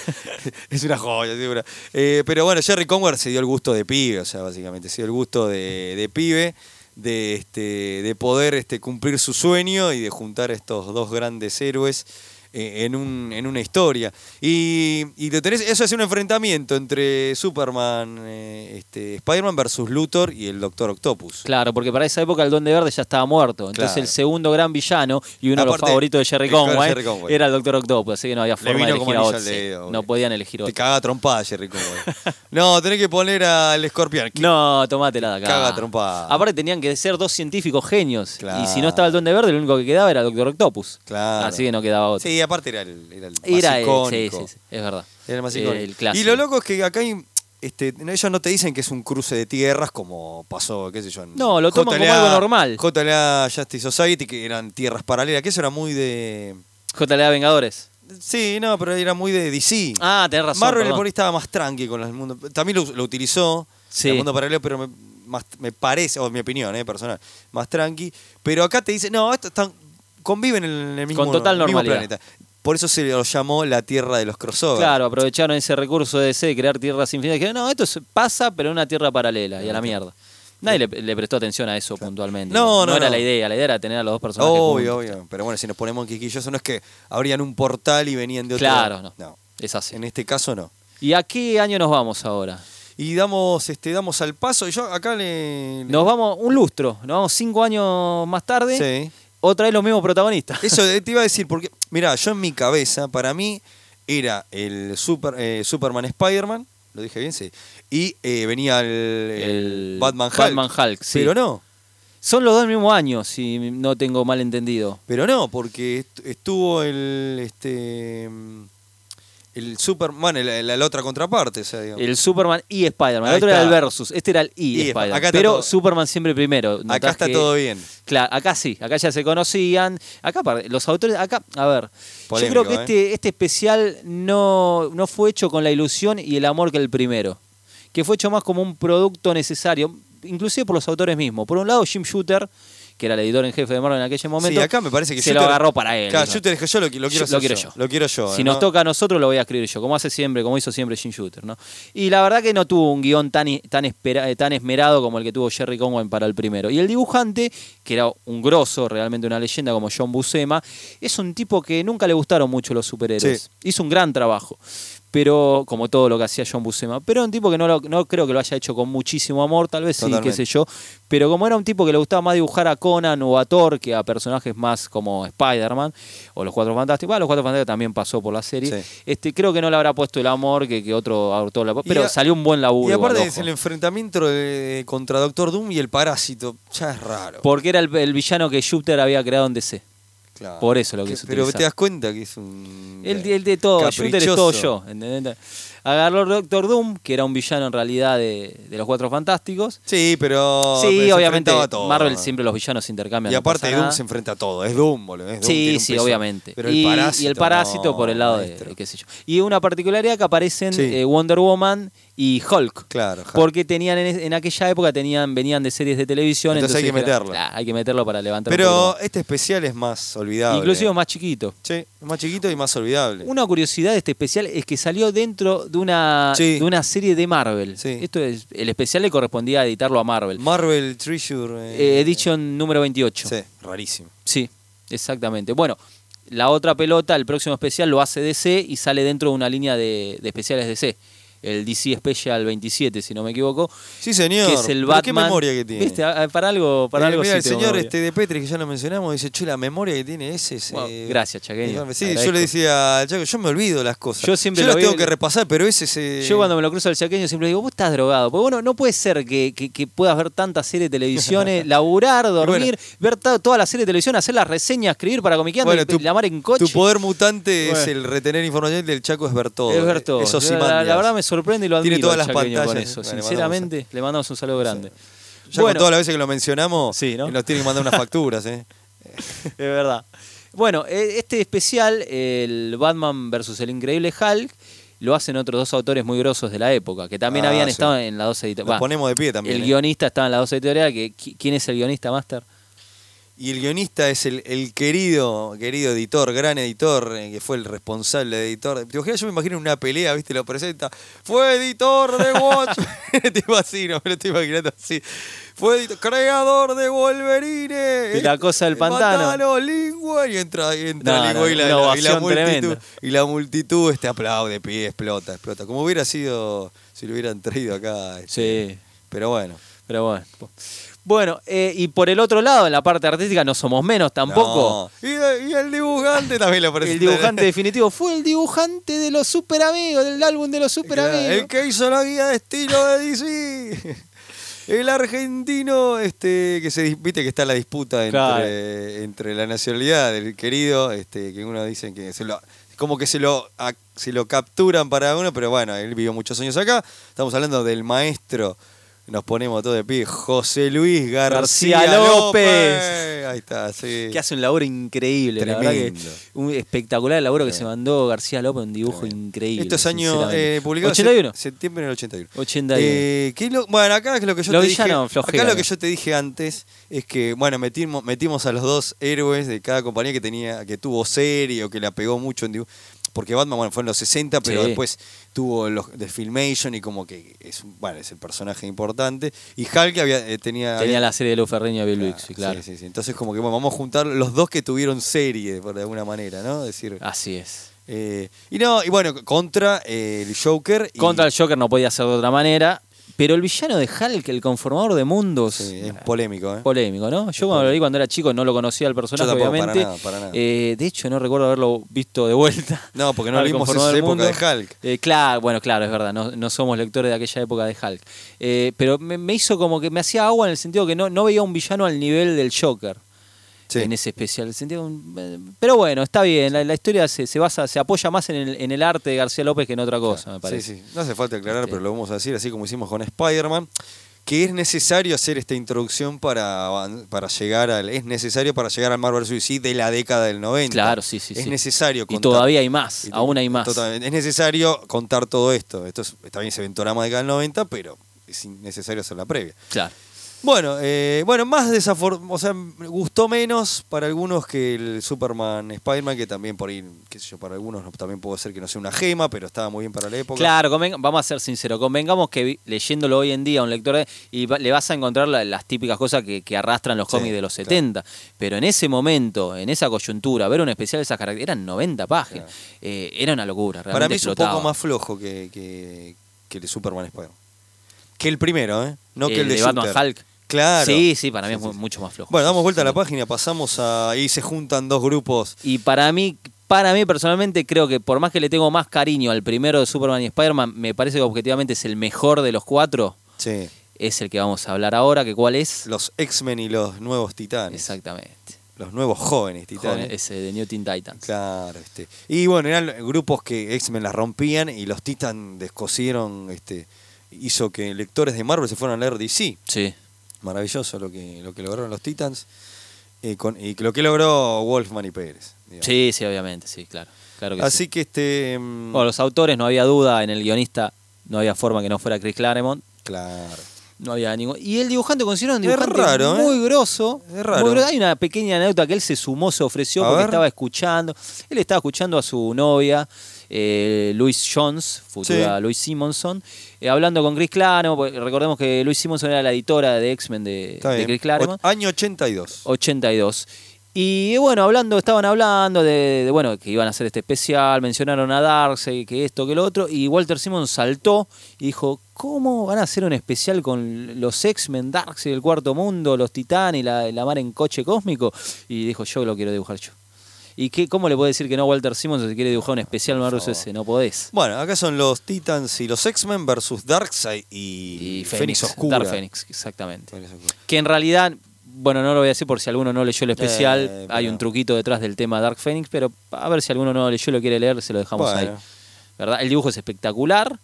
Speaker 3: es una joya, segura. pero bueno, Jerry Conway se dio el gusto de pibe, o sea, básicamente, se dio el gusto de, de pibe, de, este, de poder este, cumplir su sueño y de juntar estos dos grandes héroes. eh, En, un, en una historia. Y, y lo tenés- eso es un enfrentamiento entre Superman, eh, este, Spider-Man versus Luthor y el Doctor Octopus.
Speaker 4: Claro, porque para esa época el Duende Verde ya estaba muerto. Entonces
Speaker 3: Claro.
Speaker 4: el segundo gran villano y uno de los
Speaker 3: Aparte,
Speaker 4: favoritos de Jerry
Speaker 3: el claro,
Speaker 4: Conway,
Speaker 3: Jerry Conway.
Speaker 4: era el Doctor Octopus, así que no había
Speaker 3: Le
Speaker 4: forma de
Speaker 3: vino como
Speaker 4: elegir a
Speaker 3: anillo
Speaker 4: otro.
Speaker 3: al dedo,
Speaker 4: Sí,
Speaker 3: boludo.
Speaker 4: No podían elegir
Speaker 3: Te
Speaker 4: otro.
Speaker 3: caga a trompada, Jerry Conway. no, tenés que poner al escorpión.
Speaker 4: No, tomátela de acá.
Speaker 3: Caga trompada.
Speaker 4: Aparte tenían que ser dos científicos genios.
Speaker 3: Claro.
Speaker 4: Y si no estaba el Duende Verde, lo único que quedaba era el Doctor Octopus.
Speaker 3: Claro.
Speaker 4: Así que no quedaba otro.
Speaker 3: Sí, Y aparte era el, era el más
Speaker 4: Era él,
Speaker 3: icónico.
Speaker 4: sí, sí, sí, es verdad.
Speaker 3: Era el más
Speaker 4: Eh,
Speaker 3: icónico.
Speaker 4: el clásico.
Speaker 3: Y lo loco es que acá hay. Este, no, ellos no te dicen que es un cruce de tierras como pasó, qué sé yo. en
Speaker 4: No, lo toman como algo normal.
Speaker 3: JLA Justice Society, que eran tierras paralelas, que eso era muy de.
Speaker 4: JLA Vengadores.
Speaker 3: Sí, no, pero era muy de DC.
Speaker 4: Ah, tenés razón.
Speaker 3: Marvel
Speaker 4: perdón.
Speaker 3: por ahí estaba más tranqui con el mundo. También lo, lo utilizó
Speaker 4: Sí.
Speaker 3: el mundo paralelo, pero me, más- me parece, o mi opinión eh, personal, más tranqui. Pero acá te dicen, no, estos están, conviven en el mismo,
Speaker 4: Con total
Speaker 3: mismo
Speaker 4: normalidad.
Speaker 3: planeta. Por eso se lo llamó la Tierra de los Crossovers.
Speaker 4: Claro, aprovecharon ese recurso de DC de crear tierras infinitas. Que, no, esto es- pasa, pero en una tierra paralela y a la mierda. Nadie le, le prestó atención a eso puntualmente.
Speaker 3: No,
Speaker 4: digamos.
Speaker 3: no,
Speaker 4: era
Speaker 3: no.
Speaker 4: la idea. La idea era tener a los dos personajes.
Speaker 3: Obvio,
Speaker 4: juntos.
Speaker 3: obvio. Pero bueno, si nos ponemos quisquillosos, no es que abrían un portal y venían de otro
Speaker 4: Claro, no. Es así.
Speaker 3: En este caso no.
Speaker 4: ¿Y a qué año nos vamos ahora?
Speaker 3: Y damos, este, damos al paso. Y yo acá le. le-
Speaker 4: Nos vamos un lustro. Nos vamos cinco años más tarde.
Speaker 3: Sí.
Speaker 4: Otra vez los mismos protagonistas.
Speaker 3: Eso eh, te iba a decir, porque, mirá, yo en mi cabeza, para mí, era el super, eh, Superman Spider-Man, lo dije bien, sí, y eh, venía el, el
Speaker 4: El
Speaker 3: Batman Hulk.
Speaker 4: Batman Hulk, sí.
Speaker 3: Pero no,
Speaker 4: Son los dos el mismo año, si no tengo mal entendido.
Speaker 3: pero no, porque est- estuvo el este mm, el Superman, el- el- la, otra contraparte, o sea, digamos.
Speaker 4: El Superman y Spider-Man. El
Speaker 3: Ahí
Speaker 4: otro era el
Speaker 3: está.
Speaker 4: Versus. Este era el y,
Speaker 3: Y Sp-
Speaker 4: Spider-Man.
Speaker 3: acá está
Speaker 4: Pero
Speaker 3: todo-
Speaker 4: Superman siempre primero.
Speaker 3: Acá
Speaker 4: Notás
Speaker 3: está
Speaker 4: que-
Speaker 3: todo bien.
Speaker 4: Claro, acá sí, acá ya se conocían. Acá par- los autores, acá, a ver,
Speaker 3: Polémico,
Speaker 4: yo creo que
Speaker 3: ¿eh?
Speaker 4: este, este especial no, no fue hecho con la ilusión y el amor que el primero, que fue hecho más como un producto necesario, inclusive por los autores mismos. Por un lado, Jim Shooter, que era el editor en jefe de Marvel en aquel momento,
Speaker 3: sí, acá me parece que
Speaker 4: se
Speaker 3: Shooter-
Speaker 4: lo agarró para él.
Speaker 3: Claro,
Speaker 4: ¿no?
Speaker 3: Shooter dijo, yo lo, qui- lo quiero,
Speaker 4: Yo-
Speaker 3: hacer yo, Lo quiero yo.
Speaker 4: Si
Speaker 3: ¿no?
Speaker 4: nos toca a nosotros, lo voy a escribir yo, como hace siempre, como hizo siempre Jim Shooter, ¿no? Y la verdad que no tuvo un guión tan, i- tan, espera- eh, tan esmerado como el que tuvo Jerry Conway para el primero. Y el dibujante, que era un grosso, realmente una leyenda como John Buscema, es un tipo que nunca le gustaron mucho los superhéroes. Hizo un gran trabajo. Pero, como todo lo que hacía John Buscema, pero un tipo que no, lo- no creo que lo haya hecho con muchísimo amor, tal vez sí, qué
Speaker 3: Totalmente.
Speaker 4: sé yo. Pero como era un tipo que le gustaba más dibujar a Conan o a Thor que a personajes más como Spider-Man o los Cuatro Fantásticos, bueno, los Cuatro Fantásticos también pasó por la serie.
Speaker 3: Sí.
Speaker 4: Este, creo que no le habrá puesto el amor que, que otro autor le ha
Speaker 3: Y
Speaker 4: puesto, pero
Speaker 3: a-
Speaker 4: salió un buen laburo.
Speaker 3: Y aparte
Speaker 4: igual,
Speaker 3: es
Speaker 4: ojo.
Speaker 3: el enfrentamiento de- contra Doctor Doom y el parásito. Ya es raro.
Speaker 4: Porque era el, el villano que Shooter había creado en DC.
Speaker 3: Claro.
Speaker 4: Por eso lo
Speaker 3: Que-
Speaker 4: quise
Speaker 3: Pero
Speaker 4: utilizar.
Speaker 3: te das cuenta que es un.
Speaker 4: El, de- el de todo, Shooter es todo
Speaker 3: caprichoso.
Speaker 4: yo. ¿entendés? Agarró Doctor Doom, que era un villano en realidad de, de los Cuatro Fantásticos.
Speaker 3: Sí, pero. pero
Speaker 4: sí,
Speaker 3: se
Speaker 4: obviamente
Speaker 3: enfrentaba a todo.
Speaker 4: Marvel siempre los villanos intercambian.
Speaker 3: Y
Speaker 4: no
Speaker 3: aparte
Speaker 4: pasa
Speaker 3: Doom
Speaker 4: nada.
Speaker 3: se enfrenta a todo. Es Doom, boludo. es Doom, tiene
Speaker 4: Sí,
Speaker 3: un
Speaker 4: sí,
Speaker 3: peso.
Speaker 4: obviamente.
Speaker 3: Pero
Speaker 4: y,
Speaker 3: el parásito.
Speaker 4: y el parásito
Speaker 3: no,
Speaker 4: por el lado de,
Speaker 3: maestro.
Speaker 4: qué sé yo. Y una particularidad que aparecen
Speaker 3: Sí.
Speaker 4: eh, Wonder Woman y Hulk.
Speaker 3: Claro, Hulk.
Speaker 4: Porque tenían en, es- en aquella época tenían venían de series de televisión.
Speaker 3: Entonces hay que
Speaker 4: era-
Speaker 3: meterlo.
Speaker 4: claro, hay que meterlo para levantar. un poco
Speaker 3: Pero
Speaker 4: más.
Speaker 3: este especial es más olvidable.
Speaker 4: Inclusive más chiquito.
Speaker 3: Sí, es más chiquito y más olvidable.
Speaker 4: Una curiosidad de este especial es que salió dentro de una,
Speaker 3: Sí.
Speaker 4: de una serie de Marvel.
Speaker 3: Sí.
Speaker 4: Esto es, el especial le correspondía editarlo a Marvel.
Speaker 3: Marvel Treasure.
Speaker 4: Eh, edition número 28.
Speaker 3: Sí, rarísimo.
Speaker 4: Sí, exactamente. Bueno, la otra pelota, el próximo especial lo hace DC y sale dentro de una línea de, de especiales DC. El DC Special 27, si no me equivoco.
Speaker 3: Sí, señor.
Speaker 4: Que es el
Speaker 3: Pero
Speaker 4: Batman.
Speaker 3: Qué memoria que tiene.
Speaker 4: ¿Viste? Ah, Para algo, para
Speaker 3: Eh,
Speaker 4: algo
Speaker 3: mira,
Speaker 4: sí
Speaker 3: el
Speaker 4: tengo
Speaker 3: señor
Speaker 4: memoria.
Speaker 3: este de Petri, que ya lo mencionamos, dice, che, la memoria que tiene ese es...
Speaker 4: Bueno,
Speaker 3: eh,
Speaker 4: gracias, Chaqueño.
Speaker 3: enorme".
Speaker 4: Te
Speaker 3: Sí, yo
Speaker 4: agradezco.
Speaker 3: le decía al Chaco, yo me olvido las cosas.
Speaker 4: Yo siempre
Speaker 3: las
Speaker 4: lo
Speaker 3: tengo
Speaker 4: vi-
Speaker 3: que repasar, pero ese es... eh,
Speaker 4: Yo cuando me lo cruzo al chaqueño siempre digo, vos estás drogado. Porque bueno, no puede ser que, que- que puedas ver tantas series de televisión, eh, laburar, dormir, ver ta- todas las series de televisión, hacer las reseñas, escribir para Comiqueando
Speaker 3: Bueno,
Speaker 4: y la mar en coche.
Speaker 3: Tu poder mutante
Speaker 4: Bueno.
Speaker 3: es el retener información y el del Chaco es ver todo.
Speaker 4: Es ver todo. eh,
Speaker 3: Eso sí,
Speaker 4: la, la- la verdad me sorprende y lo admiro
Speaker 3: Tiene todas
Speaker 4: al
Speaker 3: las
Speaker 4: chaqueño
Speaker 3: pantallas.
Speaker 4: con eso.
Speaker 3: Bueno, le mandamos
Speaker 4: Sinceramente, le mandamos un saludo grande.
Speaker 3: un- Ya con todas las veces que lo mencionamos, eh,
Speaker 4: Sí, ¿no?
Speaker 3: nos tienen que mandar unas facturas, ¿eh?
Speaker 4: es verdad. Bueno, eh, este especial, el Batman versus el Increíble Hulk, lo hacen otros dos autores muy grosos de la época, que también
Speaker 3: Ah,
Speaker 4: habían
Speaker 3: sí.
Speaker 4: estado en las dos
Speaker 3: Nos
Speaker 4: editoriales.
Speaker 3: ponemos de pie también.
Speaker 4: El
Speaker 3: ¿eh?
Speaker 4: guionista estaba en las dos editoriales. Que, qui- ¿Quién es el guionista, Master?
Speaker 3: Y el guionista es el, el querido, querido editor, gran editor, eh, que fue el responsable de editor. ¿Te imaginas? Yo me imagino una pelea, ¿viste? Lo presenta. Fue editor de Watch. tipo así, no me lo estoy imaginando así. Fue edito- creador de Wolverine.
Speaker 4: De la cosa del
Speaker 3: eh,
Speaker 4: pantano.
Speaker 3: Pantano, Lingua. Y entra, y entra
Speaker 4: No,
Speaker 3: Lingua
Speaker 4: no,
Speaker 3: y, la,
Speaker 4: una
Speaker 3: la- y la
Speaker 4: ovación
Speaker 3: multitud.
Speaker 4: tremenda.
Speaker 3: Y la multitud este aplaude, pie, explota, explota. Como hubiera sido si lo hubieran traído acá. este.
Speaker 4: Sí.
Speaker 3: Pero bueno.
Speaker 4: Pero bueno. Bueno, eh, y por el otro lado, en la parte artística, no somos menos tampoco.
Speaker 3: No. Y, y el dibujante también lo presenta.
Speaker 4: El dibujante definitivo fue el dibujante de los super amigos, del álbum de los super
Speaker 3: Claro,
Speaker 4: amigos.
Speaker 3: El que hizo la guía de estilo de DC. El argentino, este, que se dis- viste que está la disputa entre,
Speaker 4: Claro.
Speaker 3: entre la nacionalidad del querido, este, que uno dicen que se lo, como que se lo, a- se lo capturan para uno, pero bueno, él vivió muchos años acá. Estamos hablando del maestro. Nos ponemos todos de pie. José Luis García,
Speaker 4: García López.
Speaker 3: López. Ahí está, sí.
Speaker 4: que hace un laburo increíble, la verdad
Speaker 3: Tremendo.
Speaker 4: que un espectacular el laburo que se mandó García López, un dibujo increíble.
Speaker 3: Esto es año
Speaker 4: sinceramente.
Speaker 3: eh, publicado
Speaker 4: 81.
Speaker 3: en septiembre del 81.
Speaker 4: 81.
Speaker 3: Eh, ¿qué lo- bueno, acá es lo que yo
Speaker 4: Lo
Speaker 3: te
Speaker 4: villano,
Speaker 3: dije.
Speaker 4: flojera.
Speaker 3: Acá lo que yo te dije antes es que, bueno, metimos, metimos a los dos héroes de cada compañía que tenía, que tuvo serie o que la pegó mucho en dibujo. Porque Batman, bueno, fue en los 60, pero
Speaker 4: Sí.
Speaker 3: después tuvo los de Filmation y como que es, un- bueno, es el personaje importante. Y Hulk había, eh, tenía...
Speaker 4: Tenía
Speaker 3: había-
Speaker 4: la serie de Lou Ferrigno y Bill
Speaker 3: Claro,
Speaker 4: Bixby, claro.
Speaker 3: sí, sí, sí. Entonces como que, bueno, vamos a juntar los dos que tuvieron serie, por de alguna manera, ¿no? Decir...
Speaker 4: Así es.
Speaker 3: Eh, y no, y bueno, contra eh, el Joker. y- eh,
Speaker 4: Contra el Joker no podía ser de otra manera, pero el villano de Hulk, el conformador de mundos,
Speaker 3: Sí, es polémico, ¿eh?
Speaker 4: polémico, ¿no? Yo cuando lo vi cuando era chico no lo conocía el personaje,
Speaker 3: Yo tampoco, para
Speaker 4: obviamente.
Speaker 3: nada, para nada.
Speaker 4: Eh, de hecho, no recuerdo haberlo visto de vuelta.
Speaker 3: No, porque no
Speaker 4: Al
Speaker 3: lo vimos en
Speaker 4: Conformador
Speaker 3: esa
Speaker 4: del
Speaker 3: época
Speaker 4: Mundo.
Speaker 3: de Hulk.
Speaker 4: Eh, claro, bueno, claro, es verdad, no, no somos lectores de aquella época de Hulk. Eh, pero me, me hizo como que me hacía agua en el sentido que no, no veía un villano al nivel del Joker.
Speaker 3: Sí.
Speaker 4: En ese especial sentido. un- eh, Pero bueno, está bien. La, la historia se, se basa, se apoya más en el, en el arte de García López que en otra cosa, me parece. Este.
Speaker 3: Sí, sí. No hace falta aclarar, pero lo vamos a decir así como hicimos con Spider-Man. Que es necesario hacer esta introducción para, avan- para llegar al. Es necesario para llegar al Marvel Suicide de la década del 90.
Speaker 4: Claro, sí, sí.
Speaker 3: Es
Speaker 4: sí.
Speaker 3: necesario
Speaker 4: Y
Speaker 3: contar-
Speaker 4: todavía hay más,
Speaker 3: Y-
Speaker 4: aún hay más.
Speaker 3: Totalmente. Es necesario contar todo esto. Esto es, está bien, se ventorama de cada 90, pero es innecesario hacer la previa.
Speaker 4: Claro.
Speaker 3: Bueno, eh, bueno, más desafor... O sea, me gustó menos para algunos que el Superman Spider-Man, que también por ahí, qué sé yo, para algunos no- también puede ser que no sea una gema, pero estaba muy bien para la época.
Speaker 4: Claro, conven- vamos a ser sinceros. Convengamos que vi- leyéndolo hoy en día a un lector de- y va- le vas a encontrar la- las típicas cosas que, que arrastran los
Speaker 3: Sí,
Speaker 4: cómics de los
Speaker 3: claro.
Speaker 4: 70. Pero en ese momento, en esa coyuntura, ver un especial de esas características, eran 90 páginas. Eh, era una locura, realmente.
Speaker 3: para mí es un
Speaker 4: explotaba.
Speaker 3: poco más flojo que, que, que el Superman Spider-Man. Que el primero, ¿eh? No que
Speaker 4: El
Speaker 3: el de,
Speaker 4: de Batman
Speaker 3: Shooter.
Speaker 4: Hulk.
Speaker 3: Claro.
Speaker 4: Sí, sí, para mí es
Speaker 3: sí,
Speaker 4: mu-
Speaker 3: sí.
Speaker 4: mucho más flojo.
Speaker 3: Bueno, damos
Speaker 4: Sí,
Speaker 3: vuelta a
Speaker 4: sí.
Speaker 3: la página, pasamos a... Ahí se juntan dos grupos.
Speaker 4: Y para mí, para mí personalmente creo que por más que le tengo más cariño al primero de Superman y Spider-Man, me parece que objetivamente es el mejor de los cuatro.
Speaker 3: Sí.
Speaker 4: Es el que vamos a hablar ahora, que cuál es.
Speaker 3: Los X-Men y los nuevos titanes.
Speaker 4: Exactamente.
Speaker 3: Los nuevos jóvenes titanes.
Speaker 4: Joven, ese de New Teen Titans.
Speaker 3: ¿eh? Claro, este. Y bueno, eran grupos que X-Men las rompían y los Titan descosieron, este, hizo que lectores de Marvel se fueran a leer DC.
Speaker 4: Sí.
Speaker 3: Maravilloso lo que, lo que lograron los Titans. eh, con, y lo que logró Wolfman y Pérez. digamos.
Speaker 4: Sí, sí, obviamente, sí, claro. claro que
Speaker 3: Así
Speaker 4: sí.
Speaker 3: que este. mm,
Speaker 4: Bueno, los autores, no había duda, en el guionista no había forma que no fuera Chris Claremont.
Speaker 3: Claro.
Speaker 4: No había ningún. Y el dibujante considera un
Speaker 3: Es
Speaker 4: dibujante
Speaker 3: raro, ¿eh?
Speaker 4: muy grosso.
Speaker 3: Es raro.
Speaker 4: muy Hay una pequeña anécdota que él se sumó, se ofreció
Speaker 3: A
Speaker 4: porque
Speaker 3: ver.
Speaker 4: estaba escuchando. Él estaba escuchando a su novia, eh, Louise Jones, futura
Speaker 3: Sí.
Speaker 4: Louise Simonson, eh, hablando con Chris Claremont. porque Recordemos que Louise Simonson era la editora de X-Men de,
Speaker 3: Está
Speaker 4: de
Speaker 3: bien.
Speaker 4: Chris Claremont.
Speaker 3: O- año 82.
Speaker 4: 82. Y bueno, hablando, estaban hablando de, de, bueno, que iban a hacer este especial, mencionaron a Darkseid, que esto, que lo otro, y Walter Simon saltó y dijo, ¿cómo van a hacer un especial con los X-Men, Darkseid, el Cuarto Mundo, los Titanes, la, la mar en coche cósmico? Y dijo, yo lo quiero dibujar yo. ¿Y qué, cómo le puede decir que no a Walter Simon si quiere dibujar un especial Marvel
Speaker 3: favor.
Speaker 4: ese? No podés.
Speaker 3: Bueno, acá son los Titans y los X-Men versus Darkseid y,
Speaker 4: Y
Speaker 3: Fénix
Speaker 4: Fénix,
Speaker 3: Oscura.
Speaker 4: Dark Fénix, exactamente.
Speaker 3: Fénix Oscura.
Speaker 4: Que en realidad, bueno, no lo voy a decir por si alguno no leyó el especial.
Speaker 3: Eh, pero-
Speaker 4: Hay un truquito detrás del tema Dark Phoenix, pero a ver si alguno no lo leyó y lo quiere leer, se lo dejamos
Speaker 3: Bueno.
Speaker 4: ahí. ¿Verdad? El dibujo es espectacular.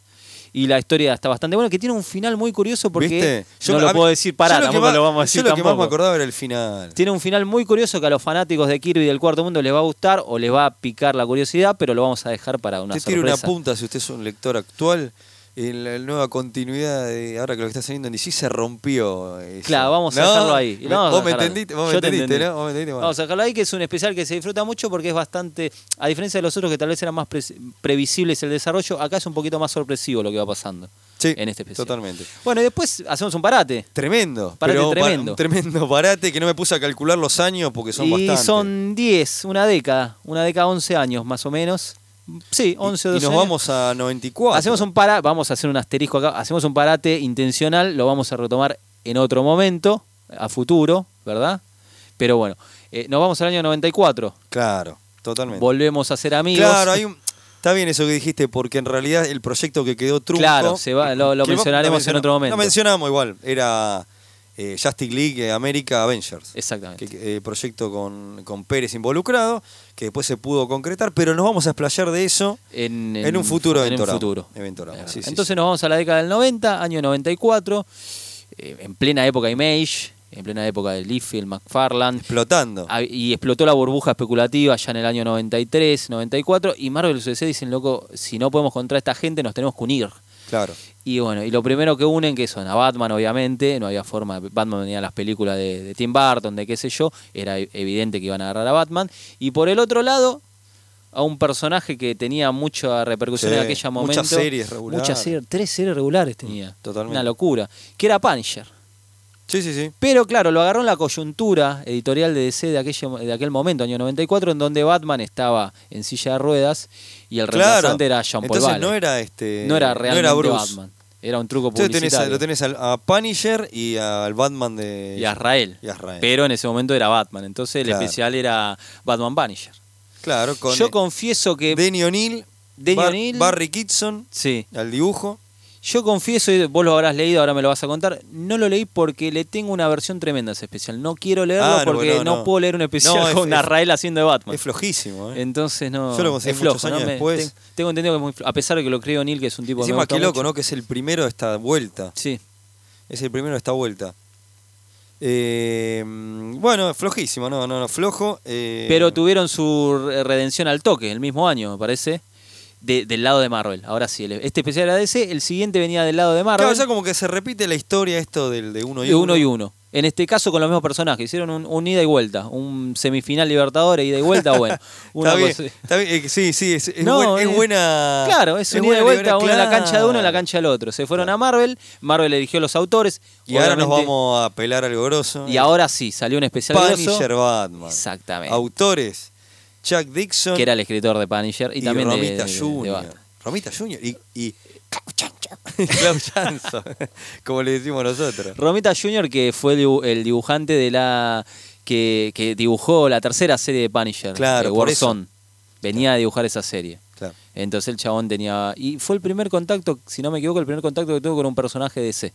Speaker 4: Y la historia está bastante buena, que tiene un final muy curioso porque
Speaker 3: ¿Viste?
Speaker 4: no
Speaker 3: a
Speaker 4: lo
Speaker 3: mí-
Speaker 4: puedo decir
Speaker 3: yo
Speaker 4: para,
Speaker 3: que
Speaker 4: tampoco
Speaker 3: más-
Speaker 4: lo vamos a decir
Speaker 3: Yo lo que más
Speaker 4: tampoco.
Speaker 3: me acordaba era el final.
Speaker 4: Tiene un final muy curioso que a los fanáticos de Kirby y del Cuarto Mundo les va a gustar o les va a picar la curiosidad, pero lo vamos a dejar para una
Speaker 3: Te
Speaker 4: sorpresa.
Speaker 3: tiro una punta si usted es un lector actual. En la nueva continuidad de ahora que lo que está saliendo en DC se rompió. eso.
Speaker 4: Claro, vamos a dejarlo ahí. Y
Speaker 3: Me-
Speaker 4: lo vamos a
Speaker 3: vos me
Speaker 4: dejar ahí.
Speaker 3: entendiste, vos me
Speaker 4: Yo te
Speaker 3: entendiste,
Speaker 4: entendí.
Speaker 3: ¿no? Vos me entendiste, bueno.
Speaker 4: Vamos a dejarlo ahí, que es un especial que se disfruta mucho porque es bastante, a diferencia de los otros que tal vez eran más pre- previsibles el desarrollo, acá es un poquito más sorpresivo lo que va pasando
Speaker 3: Sí,
Speaker 4: en este especial.
Speaker 3: totalmente.
Speaker 4: Bueno, y después hacemos un parate.
Speaker 3: Tremendo.
Speaker 4: Parate
Speaker 3: pero para-
Speaker 4: tremendo.
Speaker 3: un tremendo parate que no me puse a calcular los años porque son
Speaker 4: y
Speaker 3: bastantes.
Speaker 4: son 10, una década, una década, 11 años más o menos. Sí,
Speaker 3: Y-
Speaker 4: 11 o 12
Speaker 3: Y nos
Speaker 4: años.
Speaker 3: vamos a 94.
Speaker 4: Hacemos un para, vamos a hacer un asterisco acá, hacemos un parate intencional, lo vamos a retomar en otro momento, a futuro, ¿verdad? Pero bueno, eh, nos vamos al año 94.
Speaker 3: Claro, totalmente.
Speaker 4: Volvemos a ser amigos.
Speaker 3: Claro, hay un. Está bien eso que dijiste, porque en realidad el proyecto que quedó trunco...
Speaker 4: Claro, se va- lo- lo
Speaker 3: que
Speaker 4: mencionaremos en
Speaker 3: mencionamos.
Speaker 4: otro
Speaker 3: Lo
Speaker 4: momento.
Speaker 3: mencionamos igual. Era eh, Justice League eh, America Avengers.
Speaker 4: Exactamente.
Speaker 3: que- eh, proyecto con, con Pérez involucrado, que después se pudo concretar, pero nos vamos a explayar de eso
Speaker 4: En,
Speaker 3: en un futuro
Speaker 4: En un
Speaker 3: Ventoramo.
Speaker 4: futuro.
Speaker 3: En Ventoramo,
Speaker 4: Claro.
Speaker 3: sí, sí,
Speaker 4: Entonces
Speaker 3: sí.
Speaker 4: nos vamos a la década del 90, año 94, eh, en plena época Image, en plena época de Liefeld, McFarland.
Speaker 3: explotando.
Speaker 4: Ah, Y explotó la burbuja especulativa ya en el año 93, 94. Y Marvel y el CC dicen, loco, si no podemos contra esta gente, nos tenemos que unir.
Speaker 3: Claro.
Speaker 4: Y bueno, y lo primero que unen, que son a Batman, obviamente, no había forma, Batman venía a las películas de, de Tim Burton, de qué sé yo, era e- evidente que iban a agarrar a Batman. Y por el otro lado, a un personaje que tenía mucha repercusión
Speaker 3: Sí,
Speaker 4: en aquella momento.
Speaker 3: muchas series regulares.
Speaker 4: Muchas series, tres series regulares tenía.
Speaker 3: Totalmente.
Speaker 4: Una locura. Que era Punisher.
Speaker 3: Sí, sí, sí.
Speaker 4: Pero claro, lo agarró en la coyuntura editorial de DC de, aquella- de aquel momento, año 94, en donde Batman estaba en silla de ruedas y el
Speaker 3: Claro.
Speaker 4: reemplazante era Jean Paul
Speaker 3: Entonces
Speaker 4: Vale.
Speaker 3: no era este.
Speaker 4: No era realmente
Speaker 3: Bruce.
Speaker 4: Batman. Era un truco
Speaker 3: Entonces tenés a-
Speaker 4: publicitario.
Speaker 3: lo tenés al- a Punisher y al Batman de.
Speaker 4: y a Israel.
Speaker 3: Y a Israel.
Speaker 4: Pero en ese momento era Batman. Entonces el
Speaker 3: Claro.
Speaker 4: especial era Batman Punisher.
Speaker 3: Claro, con.
Speaker 4: Yo confieso que.
Speaker 3: Denny O'Neill.
Speaker 4: Denny
Speaker 3: Bar-
Speaker 4: O'Neill.
Speaker 3: Barry Kitson.
Speaker 4: sí.
Speaker 3: Al dibujo.
Speaker 4: Yo confieso, y vos lo habrás leído, ahora me lo vas a contar. No lo leí porque le tengo una versión tremenda a ese especial. No quiero leerlo
Speaker 3: Ah, no,
Speaker 4: porque no,
Speaker 3: bueno, no.
Speaker 4: puedo leer un especial
Speaker 3: No, es-
Speaker 4: con
Speaker 3: es-
Speaker 4: Israel haciendo de Batman.
Speaker 3: Es flojísimo, ¿eh?
Speaker 4: Entonces no.
Speaker 3: Yo lo conseguí
Speaker 4: es flojo,
Speaker 3: muchos
Speaker 4: ¿no?
Speaker 3: años
Speaker 4: Me-
Speaker 3: después.
Speaker 4: te- tengo entendido que es muy flo- a pesar de que lo creo Neil, que es un tipo que me
Speaker 3: Encima,
Speaker 4: gusta
Speaker 3: qué loco,
Speaker 4: mucho.
Speaker 3: ¿no? Que es el primero de esta vuelta.
Speaker 4: Sí.
Speaker 3: Es el primero de esta vuelta. Eh, bueno, es flojísimo, no, no, no, flojo. eh,
Speaker 4: Pero tuvieron su re- redención al toque, el mismo año, me parece. de- del lado de Marvel. Ahora sí, el- este especial era DC, el siguiente venía del lado de Marvel.
Speaker 3: Claro, ya como que se repite la historia esto del de uno y
Speaker 4: de
Speaker 3: uno.
Speaker 4: uno y uno. En este caso con los mismos personajes. Hicieron un, un ida y vuelta. Un semifinal Libertadores, ida y vuelta, bueno. una
Speaker 3: Está bien,
Speaker 4: cosa-
Speaker 3: está bien, eh, que sí, sí, es, es
Speaker 4: No,
Speaker 3: buen- es
Speaker 4: eh,
Speaker 3: buena.
Speaker 4: Claro, es un ida
Speaker 3: buena
Speaker 4: y vuelta,
Speaker 3: libera-
Speaker 4: uno en la cancha de uno, en la
Speaker 3: claro.
Speaker 4: cancha del otro. Se fueron a Marvel, Marvel eligió los autores.
Speaker 3: Y ahora nos
Speaker 4: obviamente-
Speaker 3: vamos a pelar algo grosso.
Speaker 4: Y ahora sí, salió un especial grosso.
Speaker 3: Punisher Batman.
Speaker 4: Exactamente.
Speaker 3: Autores: Chuck Dixon
Speaker 4: que era el escritor de Punisher y,
Speaker 3: y,
Speaker 4: también de-
Speaker 3: Romita
Speaker 4: de, de
Speaker 3: Jr.
Speaker 4: Batman.
Speaker 3: Romita Jr. y. y Klaus Janson. Klaus Janson, como le decimos nosotros.
Speaker 4: Romita Jr., que fue dibu- el dibujante de la. Que, que dibujó la tercera serie de Punisher,
Speaker 3: Claro,
Speaker 4: eh,
Speaker 3: por eso.
Speaker 4: Warzone. Venía a dibujar esa serie.
Speaker 3: Claro.
Speaker 4: Entonces el chabón tenía. Y fue el primer contacto, si no me equivoco, el primer contacto que tuvo con un personaje de DC.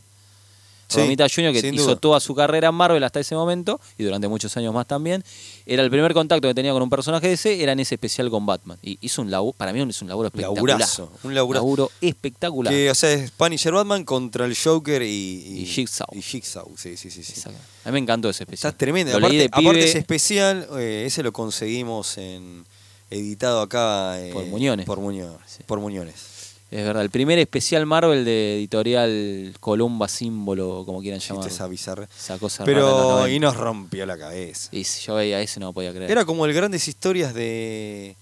Speaker 3: Sí,
Speaker 4: Romita Jr., que
Speaker 3: sin
Speaker 4: hizo
Speaker 3: duda.
Speaker 4: toda su carrera en Marvel hasta ese momento, y durante muchos años más también, era el primer contacto que tenía con un personaje de DC, era en ese especial con Batman. Y hizo un laburo, para mí es un laburo espectacular.
Speaker 3: Laburazo, un laburazo.
Speaker 4: laburo espectacular.
Speaker 3: Que, o sea, es Punisher Batman contra el Joker y,
Speaker 4: Y Jigsaw.
Speaker 3: Y Jigsaw, sí, sí, sí. sí.
Speaker 4: Exacto. A mí me encantó ese especial.
Speaker 3: Está tremendo.
Speaker 4: Lo leí
Speaker 3: Aparte,
Speaker 4: de pibe
Speaker 3: aparte es especial, eh, ese lo conseguimos en editado acá. eh,
Speaker 4: Por Muñones.
Speaker 3: Por Muñones.
Speaker 4: Sí.
Speaker 3: Por Muñones.
Speaker 4: Es verdad, el primer especial Marvel de editorial Columba Símbolo, o como quieran
Speaker 3: Hiciste
Speaker 4: llamarlo.
Speaker 3: esa bizarra.
Speaker 4: Esa cosa rara de los
Speaker 3: Pero
Speaker 4: 90.
Speaker 3: y nos rompió la cabeza.
Speaker 4: Y si yo veía eso y no lo podía creer.
Speaker 3: Era como el grandes historias de.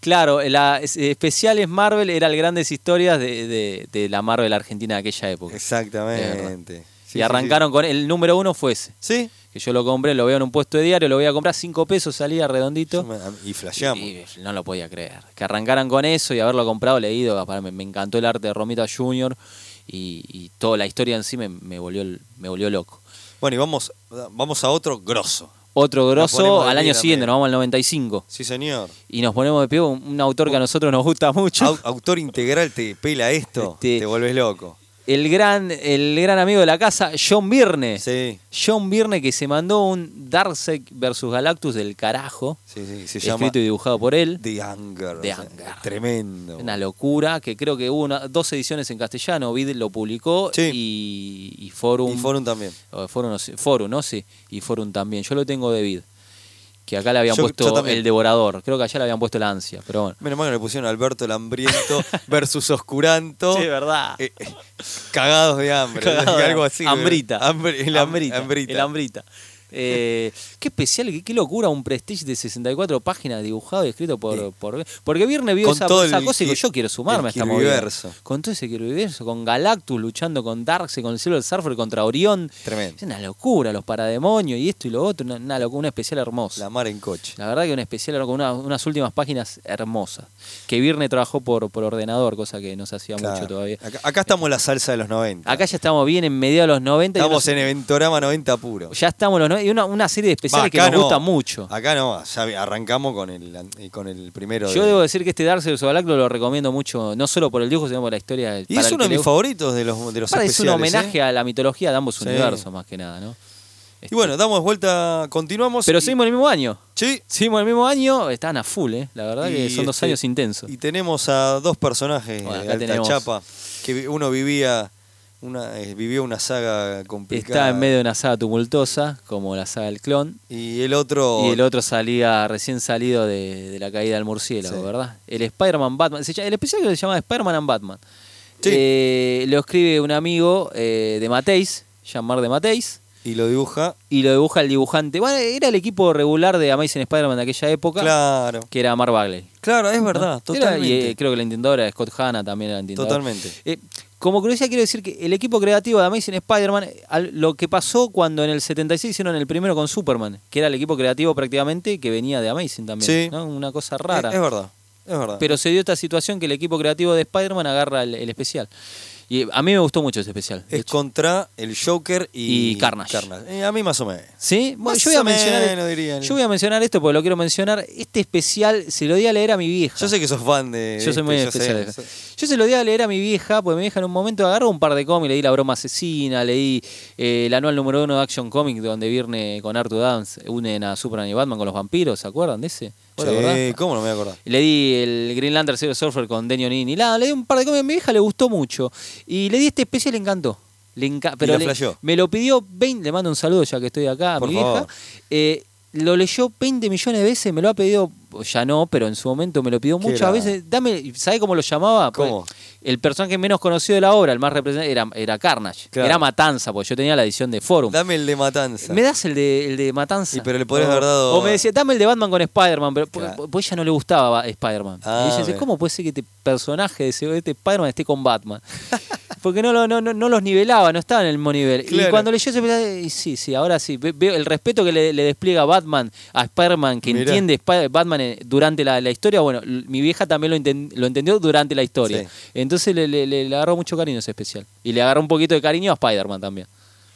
Speaker 4: Claro, la es- especiales Marvel eran grandes historias de, de- de la Marvel argentina de aquella época. Es
Speaker 3: Exactamente.
Speaker 4: verdad.
Speaker 3: Sí,
Speaker 4: y
Speaker 3: sí,
Speaker 4: arrancaron con el número uno fue ese.
Speaker 3: Sí.
Speaker 4: Que yo lo compré, lo veo en un puesto de diario, lo voy a comprar, cinco pesos salía redondito.
Speaker 3: Yo me- Y flasheamos.
Speaker 4: Y no lo podía creer. Que arrancaran con eso y haberlo comprado, leído. capaz, Me, me encantó el arte de Romita Jr. y, y toda la historia en sí me, me volvió, me volvió loco.
Speaker 3: Bueno, y vamos, vamos a otro grosso.
Speaker 4: Otro grosso
Speaker 3: ponemos de
Speaker 4: al
Speaker 3: pie
Speaker 4: año siguiente,
Speaker 3: también.
Speaker 4: nos vamos al 95.
Speaker 3: Sí, señor.
Speaker 4: Y nos ponemos de pie un, un autor que a nosotros nos gusta mucho.
Speaker 3: Au- autor integral te pela esto,
Speaker 4: Este-
Speaker 3: te volvés loco.
Speaker 4: El gran, el gran amigo de la casa, John Byrne.
Speaker 3: Sí,
Speaker 4: John Byrne que se mandó un Darkseid versus Galactus del carajo.
Speaker 3: sí, sí. Se llama
Speaker 4: Escrito y dibujado por él.
Speaker 3: The Anger.
Speaker 4: The
Speaker 3: o sea,
Speaker 4: Anger.
Speaker 3: Tremendo.
Speaker 4: Una locura, que creo que hubo una- dos ediciones en castellano, Vid lo publicó
Speaker 3: Sí.
Speaker 4: y, y Forum.
Speaker 3: Y Forum también.
Speaker 4: o Forum, no sé, Forum, ¿no? Sí, y Forum también. Yo lo tengo de Vid, que acá le habían
Speaker 3: Yo- yo
Speaker 4: puesto
Speaker 3: también.
Speaker 4: El Devorador, creo que allá le habían puesto La Ansia, pero bueno.
Speaker 3: Menos mal que le pusieron Alberto el Hambriento versus Oscuranto.
Speaker 4: Sí, verdad.
Speaker 3: Eh, eh, cagados de hambre.
Speaker 4: Cagado,
Speaker 3: algo así.
Speaker 4: Hambrita.
Speaker 3: Hambre- el ham-
Speaker 4: Hambrita,
Speaker 3: hambrita.
Speaker 4: el hambrita. Eh, qué especial, qué, qué locura un Prestige de 64 páginas dibujado y escrito por...
Speaker 3: Sí.
Speaker 4: por- porque Viernes vio
Speaker 3: Con
Speaker 4: esa,
Speaker 3: todo
Speaker 4: esa
Speaker 3: el
Speaker 4: cosa y dijo,
Speaker 3: ki-
Speaker 4: yo quiero sumarme
Speaker 3: el
Speaker 4: a esta movida.
Speaker 3: kirbiverso.
Speaker 4: Con todo ese universo, con Galactus luchando con Darkseid, con el Silver Surfer, contra Orión.
Speaker 3: Tremendo.
Speaker 4: Es una locura, los parademonios y esto y lo otro, una, una locura, un especial hermoso.
Speaker 3: La mar en coche.
Speaker 4: La verdad que un especial con una- unas últimas páginas hermosas. Que Virne trabajó por, por ordenador, cosa que no se hacía
Speaker 3: Claro.
Speaker 4: mucho todavía.
Speaker 3: Acá, acá estamos en la salsa de los 90.
Speaker 4: Acá ya estamos bien en medio de los 90. y
Speaker 3: estamos
Speaker 4: unos-
Speaker 3: en Eventorama 90 puro.
Speaker 4: ya estamos los no- y una, una serie de
Speaker 3: Va,
Speaker 4: especiales que
Speaker 3: acá
Speaker 4: nos
Speaker 3: no.
Speaker 4: gusta mucho.
Speaker 3: Acá no, ya arrancamos con el, an- eh, con el primero.
Speaker 4: Yo
Speaker 3: de-
Speaker 4: debo decir que este Dark Souls Black lo recomiendo mucho, no solo por el dibujo, sino por la historia del
Speaker 3: Y
Speaker 4: para
Speaker 3: es
Speaker 4: el
Speaker 3: uno de
Speaker 4: que le
Speaker 3: mis
Speaker 4: gusta.
Speaker 3: favoritos de los, de los
Speaker 4: Para,
Speaker 3: especiales.
Speaker 4: es un homenaje
Speaker 3: ¿eh?
Speaker 4: a la mitología de ambos
Speaker 3: Sí.
Speaker 4: universos, más que nada, ¿no?
Speaker 3: Y
Speaker 4: Este,
Speaker 3: bueno, damos vuelta, continuamos.
Speaker 4: pero
Speaker 3: y-
Speaker 4: seguimos en el mismo año.
Speaker 3: Sí.
Speaker 4: Seguimos en el mismo año, están a full, ¿eh? La verdad que
Speaker 3: Y
Speaker 4: son dos
Speaker 3: este-
Speaker 4: años intensos.
Speaker 3: Y tenemos a dos personajes
Speaker 4: Bueno,
Speaker 3: de
Speaker 4: acá
Speaker 3: alta
Speaker 4: tenemos-
Speaker 3: chapa que vi- uno vivía una eh, vivió una saga complicada.
Speaker 4: Está en medio de una saga tumultuosa, como la saga del clon.
Speaker 3: y el otro
Speaker 4: Y el otro salía, recién salido de, de la caída del murciélago,
Speaker 3: Sí.
Speaker 4: ¿verdad? El Spider-Man Batman. se llama- el especial que se llama Spider-Man and Batman.
Speaker 3: Sí.
Speaker 4: Eh, lo escribe un amigo eh, de Mateis, Jean-Marc de Mateis,
Speaker 3: y lo dibuja.
Speaker 4: y lo dibuja el dibujante. Bueno, era el equipo regular de Amazing Spider-Man de aquella época,
Speaker 3: Claro.
Speaker 4: que era Mark Bagley.
Speaker 3: Claro, es
Speaker 4: ¿no?
Speaker 3: verdad,
Speaker 4: Era-
Speaker 3: totalmente.
Speaker 4: y eh, creo que la intendora era Scott Hanna también era la intendora.
Speaker 3: Totalmente.
Speaker 4: Eh, como curiosidad quiero decir que el equipo creativo de Amazing Spider-Man, eh, al- lo que pasó cuando en el 76 hicieron el primero con Superman, que era el equipo creativo prácticamente que venía de Amazing también,
Speaker 3: Sí.
Speaker 4: ¿no? Una cosa rara.
Speaker 3: Es, es verdad. Es verdad.
Speaker 4: Pero se dio esta situación que el equipo creativo de Spider-Man agarra el, el especial. Y eh, a mí me gustó mucho ese especial. de
Speaker 3: es
Speaker 4: hecho.
Speaker 3: contra el Joker y,
Speaker 4: Y Carnage.
Speaker 3: Eh, a mí más o menos.
Speaker 4: ¿Sí? Bueno,
Speaker 3: Más
Speaker 4: yo voy, a
Speaker 3: o
Speaker 4: mencionar,
Speaker 3: menos, dirían.
Speaker 4: yo voy a mencionar esto porque lo quiero mencionar. Este especial se lo di a leer a mi vieja.
Speaker 3: Yo sé que sos fan de.
Speaker 4: Ah. Yo soy muy
Speaker 3: de esto, yo sé,
Speaker 4: especial. de eso.
Speaker 3: sé.
Speaker 4: Yo se lo di a leer a mi vieja, porque mi vieja en un momento agarró un par de cómics, leí La Broma Asesina, leí eh, el anual número uno de Action Comics, donde Virne con Arthur Adams unen a Superman y Batman con los vampiros, ¿se acuerdan de ese? ¿Vos te acordás?
Speaker 3: Sí, ¿cómo no me voy a acordar?
Speaker 4: Le di el Green Lantern Silver Surfer con Daniel Nini. La, le di un par de cómics a mi vieja, le gustó mucho. Y le di este especial, le encantó. Le enca- pero
Speaker 3: la
Speaker 4: le-
Speaker 3: flasheó.
Speaker 4: me lo pidió 20, le mando un saludo ya que estoy acá a
Speaker 3: Por
Speaker 4: mi
Speaker 3: favor.
Speaker 4: vieja. Eh, lo leyó 20 millones de veces, me lo ha pedido, ya no, pero en su momento me lo pidió
Speaker 3: Qué
Speaker 4: muchas
Speaker 3: grande.
Speaker 4: veces. Dame, ¿sabe cómo lo llamaba? Pues,
Speaker 3: ¿Cómo?
Speaker 4: el personaje menos conocido de la obra, el más representante, era, era Carnage.
Speaker 3: Claro.
Speaker 4: Era Matanza, porque yo tenía la edición de Forum.
Speaker 3: Dame el de Matanza.
Speaker 4: Me das el de, el de Matanza.
Speaker 3: Y pero le podrías
Speaker 4: o,
Speaker 3: haber dado-
Speaker 4: O me decía, dame el de Batman con Spider-Man, pero po-
Speaker 3: Claro.
Speaker 4: po- pues ella no le gustaba Ba- Spider-Man.
Speaker 3: Ah,
Speaker 4: y ella dice,
Speaker 3: bien.
Speaker 4: ¿cómo puede ser que este personaje de ese- este Spider-Man esté con Batman? Porque no, lo- no, no, no los nivelaba, no estaban en el mismo nivel.
Speaker 3: Claro.
Speaker 4: Y cuando leyó ese pensé, "Y sí, sí, ahora sí. Ve- Veo el respeto que le, le despliega Batman a Spider-Man, que
Speaker 3: Mirá.
Speaker 4: entiende Spi- Batman eh, durante la, la historia. Bueno, l- mi vieja también lo, enten- lo entendió durante la historia.
Speaker 3: Sí.
Speaker 4: Entonces le, le- le- le agarró mucho cariño a ese especial. Y le agarró un poquito de cariño a Spider-Man también.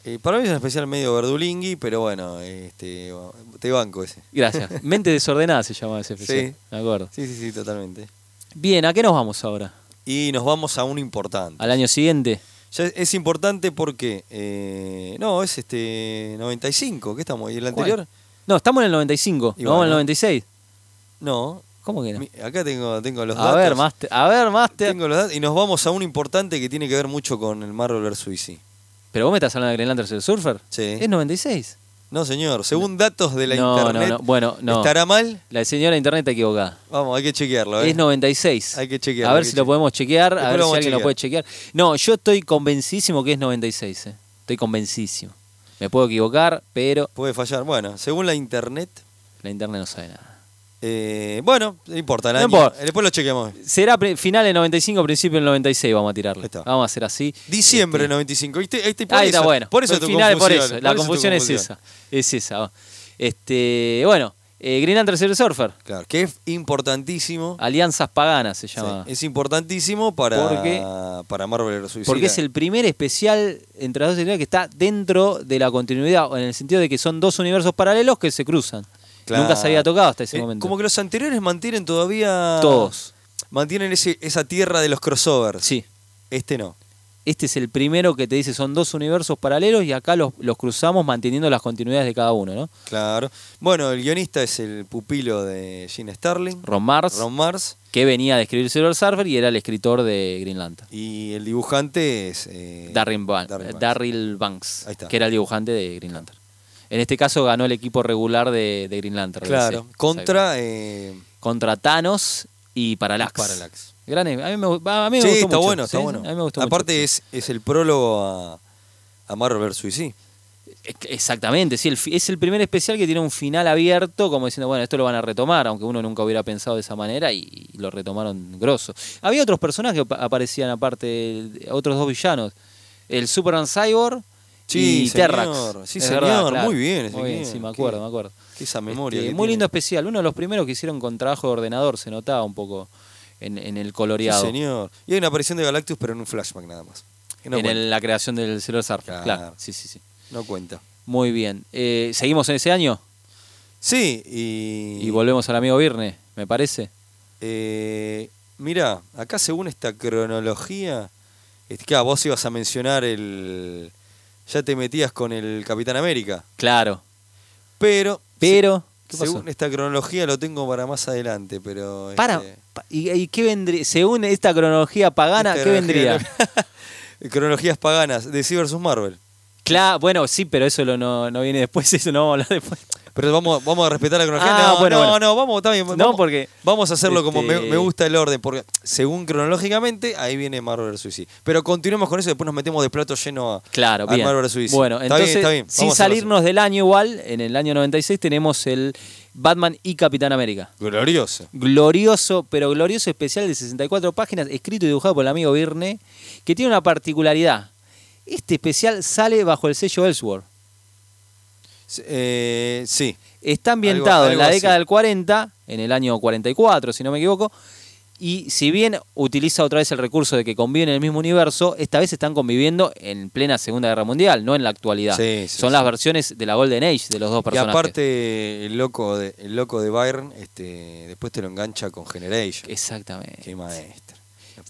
Speaker 3: Eh, para mí es un especial medio verdulingui, pero bueno, este, te banco ese.
Speaker 4: Gracias. Mente desordenada se llamaba ese especial.
Speaker 3: Sí.
Speaker 4: Me acuerdo.
Speaker 3: Sí, sí, sí, totalmente.
Speaker 4: Bien, ¿a qué nos vamos ahora?
Speaker 3: Y nos vamos a un importante.
Speaker 4: ¿Al año siguiente?
Speaker 3: Ya es, es importante porque. eh, no, es este 95, ¿qué estamos? ¿Y el anterior?
Speaker 4: ¿Cuál? No, estamos en el 95.
Speaker 3: Y
Speaker 4: ¿No vamos en
Speaker 3: bueno.
Speaker 4: el 96?
Speaker 3: No.
Speaker 4: ¿Cómo que no?
Speaker 3: Mi- acá tengo, tengo los
Speaker 4: a
Speaker 3: datos.
Speaker 4: ver, Master. A ver, Master.
Speaker 3: Tengo los datos. Y nos vamos a un importante que tiene que ver mucho con el Marvel vs. DC.
Speaker 4: Pero vos me estás hablando de Green Lantern el Surfer.
Speaker 3: Sí.
Speaker 4: Es 96.
Speaker 3: No, señor. Según datos de la
Speaker 4: No, no,
Speaker 3: internet.
Speaker 4: no. Bueno, no.
Speaker 3: ¿Estará mal?
Speaker 4: La señora internet está equivocada.
Speaker 3: Vamos, hay que chequearlo. ¿eh?
Speaker 4: Es 96.
Speaker 3: Hay que chequear,
Speaker 4: A
Speaker 3: hay
Speaker 4: ver
Speaker 3: que
Speaker 4: si lo
Speaker 3: chequear.
Speaker 4: podemos chequear,
Speaker 3: Después
Speaker 4: a ver
Speaker 3: lo
Speaker 4: si
Speaker 3: vamos a
Speaker 4: alguien lo
Speaker 3: chequear.
Speaker 4: puede chequear. No, yo estoy convencidísimo que es 96. eh. Estoy convencidísimo. Me puedo equivocar, pero
Speaker 3: Puede fallar. Bueno, según la internet.
Speaker 4: la internet no sabe nada.
Speaker 3: eh, bueno, no importa. el
Speaker 4: No
Speaker 3: año.
Speaker 4: importa.
Speaker 3: Después lo chequeamos.
Speaker 4: Será pre- final del 95, principio del 96 vamos a tirarle.
Speaker 3: Ahí está.
Speaker 4: Vamos a hacer así.
Speaker 3: Diciembre
Speaker 4: Este,
Speaker 3: 95. ¿Viste? Ahí está, por
Speaker 4: Ahí
Speaker 3: eso,
Speaker 4: está, bueno.
Speaker 3: Por eso
Speaker 4: Fue
Speaker 3: tu
Speaker 4: final, por
Speaker 3: confusión,
Speaker 4: eso. La
Speaker 3: por eso tu
Speaker 4: confusión es esa. Es esa. va. Este, bueno, eh, Green Lantern Silver Surfer.
Speaker 3: Claro, que es importantísimo.
Speaker 4: Alianzas Paganas se
Speaker 3: Sí,
Speaker 4: llama.
Speaker 3: es importantísimo para,
Speaker 4: Porque-
Speaker 3: para Marvel vs. Suicida.
Speaker 4: Porque es el primer especial entre las dos historias que está dentro de la continuidad, o en el sentido de que son dos universos paralelos que se cruzan.
Speaker 3: Claro.
Speaker 4: Nunca se había tocado hasta ese
Speaker 3: Eh,
Speaker 4: momento.
Speaker 3: Como que los anteriores mantienen todavía.
Speaker 4: Todos.
Speaker 3: Mantienen ese- esa tierra de los crossovers.
Speaker 4: Sí.
Speaker 3: Este no.
Speaker 4: Este es el primero que te dice son dos universos paralelos y acá los, los cruzamos manteniendo las continuidades de cada uno, ¿no?
Speaker 3: Claro. Bueno, el guionista es el pupilo de Gene Starling.
Speaker 4: Ron Mars,
Speaker 3: Ron Mars.
Speaker 4: que venía de escribir Silver Surfer y era el escritor de Green Lantern.
Speaker 3: Y el dibujante es. eh,
Speaker 4: Darryl, Ban-
Speaker 3: Darryl Banks.
Speaker 4: Darryl Banks,
Speaker 3: Ahí está.
Speaker 4: que era el dibujante de Green Lantern. En este caso ganó el equipo regular de, de Green Lantern.
Speaker 3: Claro.
Speaker 4: DC.
Speaker 3: Contra. eh,
Speaker 4: contra Thanos y Parallax.
Speaker 3: Parallax.
Speaker 4: Gran, a mí me, gu- a mí me
Speaker 3: sí,
Speaker 4: gustó
Speaker 3: está
Speaker 4: mucho,
Speaker 3: bueno, está
Speaker 4: ¿sí?
Speaker 3: bueno.
Speaker 4: A mí me gustó
Speaker 3: Aparte
Speaker 4: mucho.
Speaker 3: es, es el prólogo a, a Marvel vs. Suicida.
Speaker 4: Ex- Exactamente, sí, el fi- es el primer especial que tiene un final abierto, como diciendo, bueno, esto lo van a retomar, aunque uno nunca hubiera pensado de esa manera y, y lo retomaron grosso. Había otros personajes que apa- aparecían aparte, de- otros dos villanos, el Superman Cyborg
Speaker 3: Sí,
Speaker 4: y
Speaker 3: señor.
Speaker 4: Terrax.
Speaker 3: Sí,
Speaker 4: Es
Speaker 3: señor.
Speaker 4: claro.
Speaker 3: Muy bien,
Speaker 4: muy bien,
Speaker 3: señor.
Speaker 4: sí,
Speaker 3: Qué-
Speaker 4: me acuerdo, me acuerdo.
Speaker 3: Que esa memoria.
Speaker 4: Este,
Speaker 3: que
Speaker 4: muy
Speaker 3: tiene.
Speaker 4: lindo especial, uno de los primeros que hicieron con trabajo de ordenador, se notaba un poco en, en el
Speaker 3: Sí,
Speaker 4: coloreado.
Speaker 3: señor. Y hay una aparición de Galactus, pero en un flashback nada más. Que no
Speaker 4: en
Speaker 3: cuenta.
Speaker 4: el- la creación del Silver Surfer.
Speaker 3: Claro.
Speaker 4: Claro. Sí, sí, sí.
Speaker 3: No cuenta.
Speaker 4: Muy bien. Eh, ¿Seguimos en ese año?
Speaker 3: Sí, y.
Speaker 4: Y volvemos al amigo Virne, me parece.
Speaker 3: Eh, mirá, acá según esta cronología, este, claro, vos ibas a mencionar el. Ya te metías con el Capitán América,
Speaker 4: Claro.
Speaker 3: pero.
Speaker 4: Pero. ¿Qué
Speaker 3: se-
Speaker 4: pasó?
Speaker 3: según esta cronología lo tengo para más adelante, pero.
Speaker 4: Para.
Speaker 3: este,
Speaker 4: pa- ¿Y, y qué vendría? Según esta cronología pagana,
Speaker 3: esta
Speaker 4: ¿qué
Speaker 3: Este cronología
Speaker 4: vendría?
Speaker 3: no- Cronologías paganas, DC vs Marvel.
Speaker 4: Claro, bueno, sí, pero eso lo- no, no viene después, eso no vamos a hablar después.
Speaker 3: Pero vamos, vamos a respetar la cronología.
Speaker 4: Ah,
Speaker 3: no,
Speaker 4: bueno,
Speaker 3: no,
Speaker 4: bueno.
Speaker 3: no, vamos, está bien,
Speaker 4: No,
Speaker 3: vamos-
Speaker 4: porque,
Speaker 3: Vamos a hacerlo como me,
Speaker 4: este,
Speaker 3: me gusta el orden, porque según cronológicamente, ahí viene Marvel vs. DC. Pero continuemos con eso, después nos metemos de plato lleno a,
Speaker 4: Claro,
Speaker 3: a
Speaker 4: bien.
Speaker 3: Marvel vs. DC.
Speaker 4: Bueno,
Speaker 3: Está bien,
Speaker 4: entonces,
Speaker 3: está bien,
Speaker 4: sin
Speaker 3: vamos a hacerlo
Speaker 4: salirnos del año igual, en el año 96 tenemos el Batman y Capitán América.
Speaker 3: así. Glorioso.
Speaker 4: glorioso, pero glorioso especial de 64 páginas, escrito y dibujado por el amigo Birne, que tiene una particularidad. Este especial sale bajo el sello Ellsworth.
Speaker 3: S- eh, sí.
Speaker 4: Está ambientado
Speaker 3: Algo-
Speaker 4: en la
Speaker 3: algo
Speaker 4: década
Speaker 3: así.
Speaker 4: del 40, en el año 44, si no me equivoco, y si bien utiliza otra vez el recurso de que conviven en el mismo universo, esta vez están conviviendo en plena Segunda Guerra Mundial, no en la actualidad.
Speaker 3: Sí, sí,
Speaker 4: Son
Speaker 3: sí.
Speaker 4: las versiones de la Golden Age de los dos
Speaker 3: Y
Speaker 4: personajes.
Speaker 3: aparte, el loco de, el loco de Byron, este, después te lo engancha con Generation.
Speaker 4: Exactamente.
Speaker 3: Qué maestro.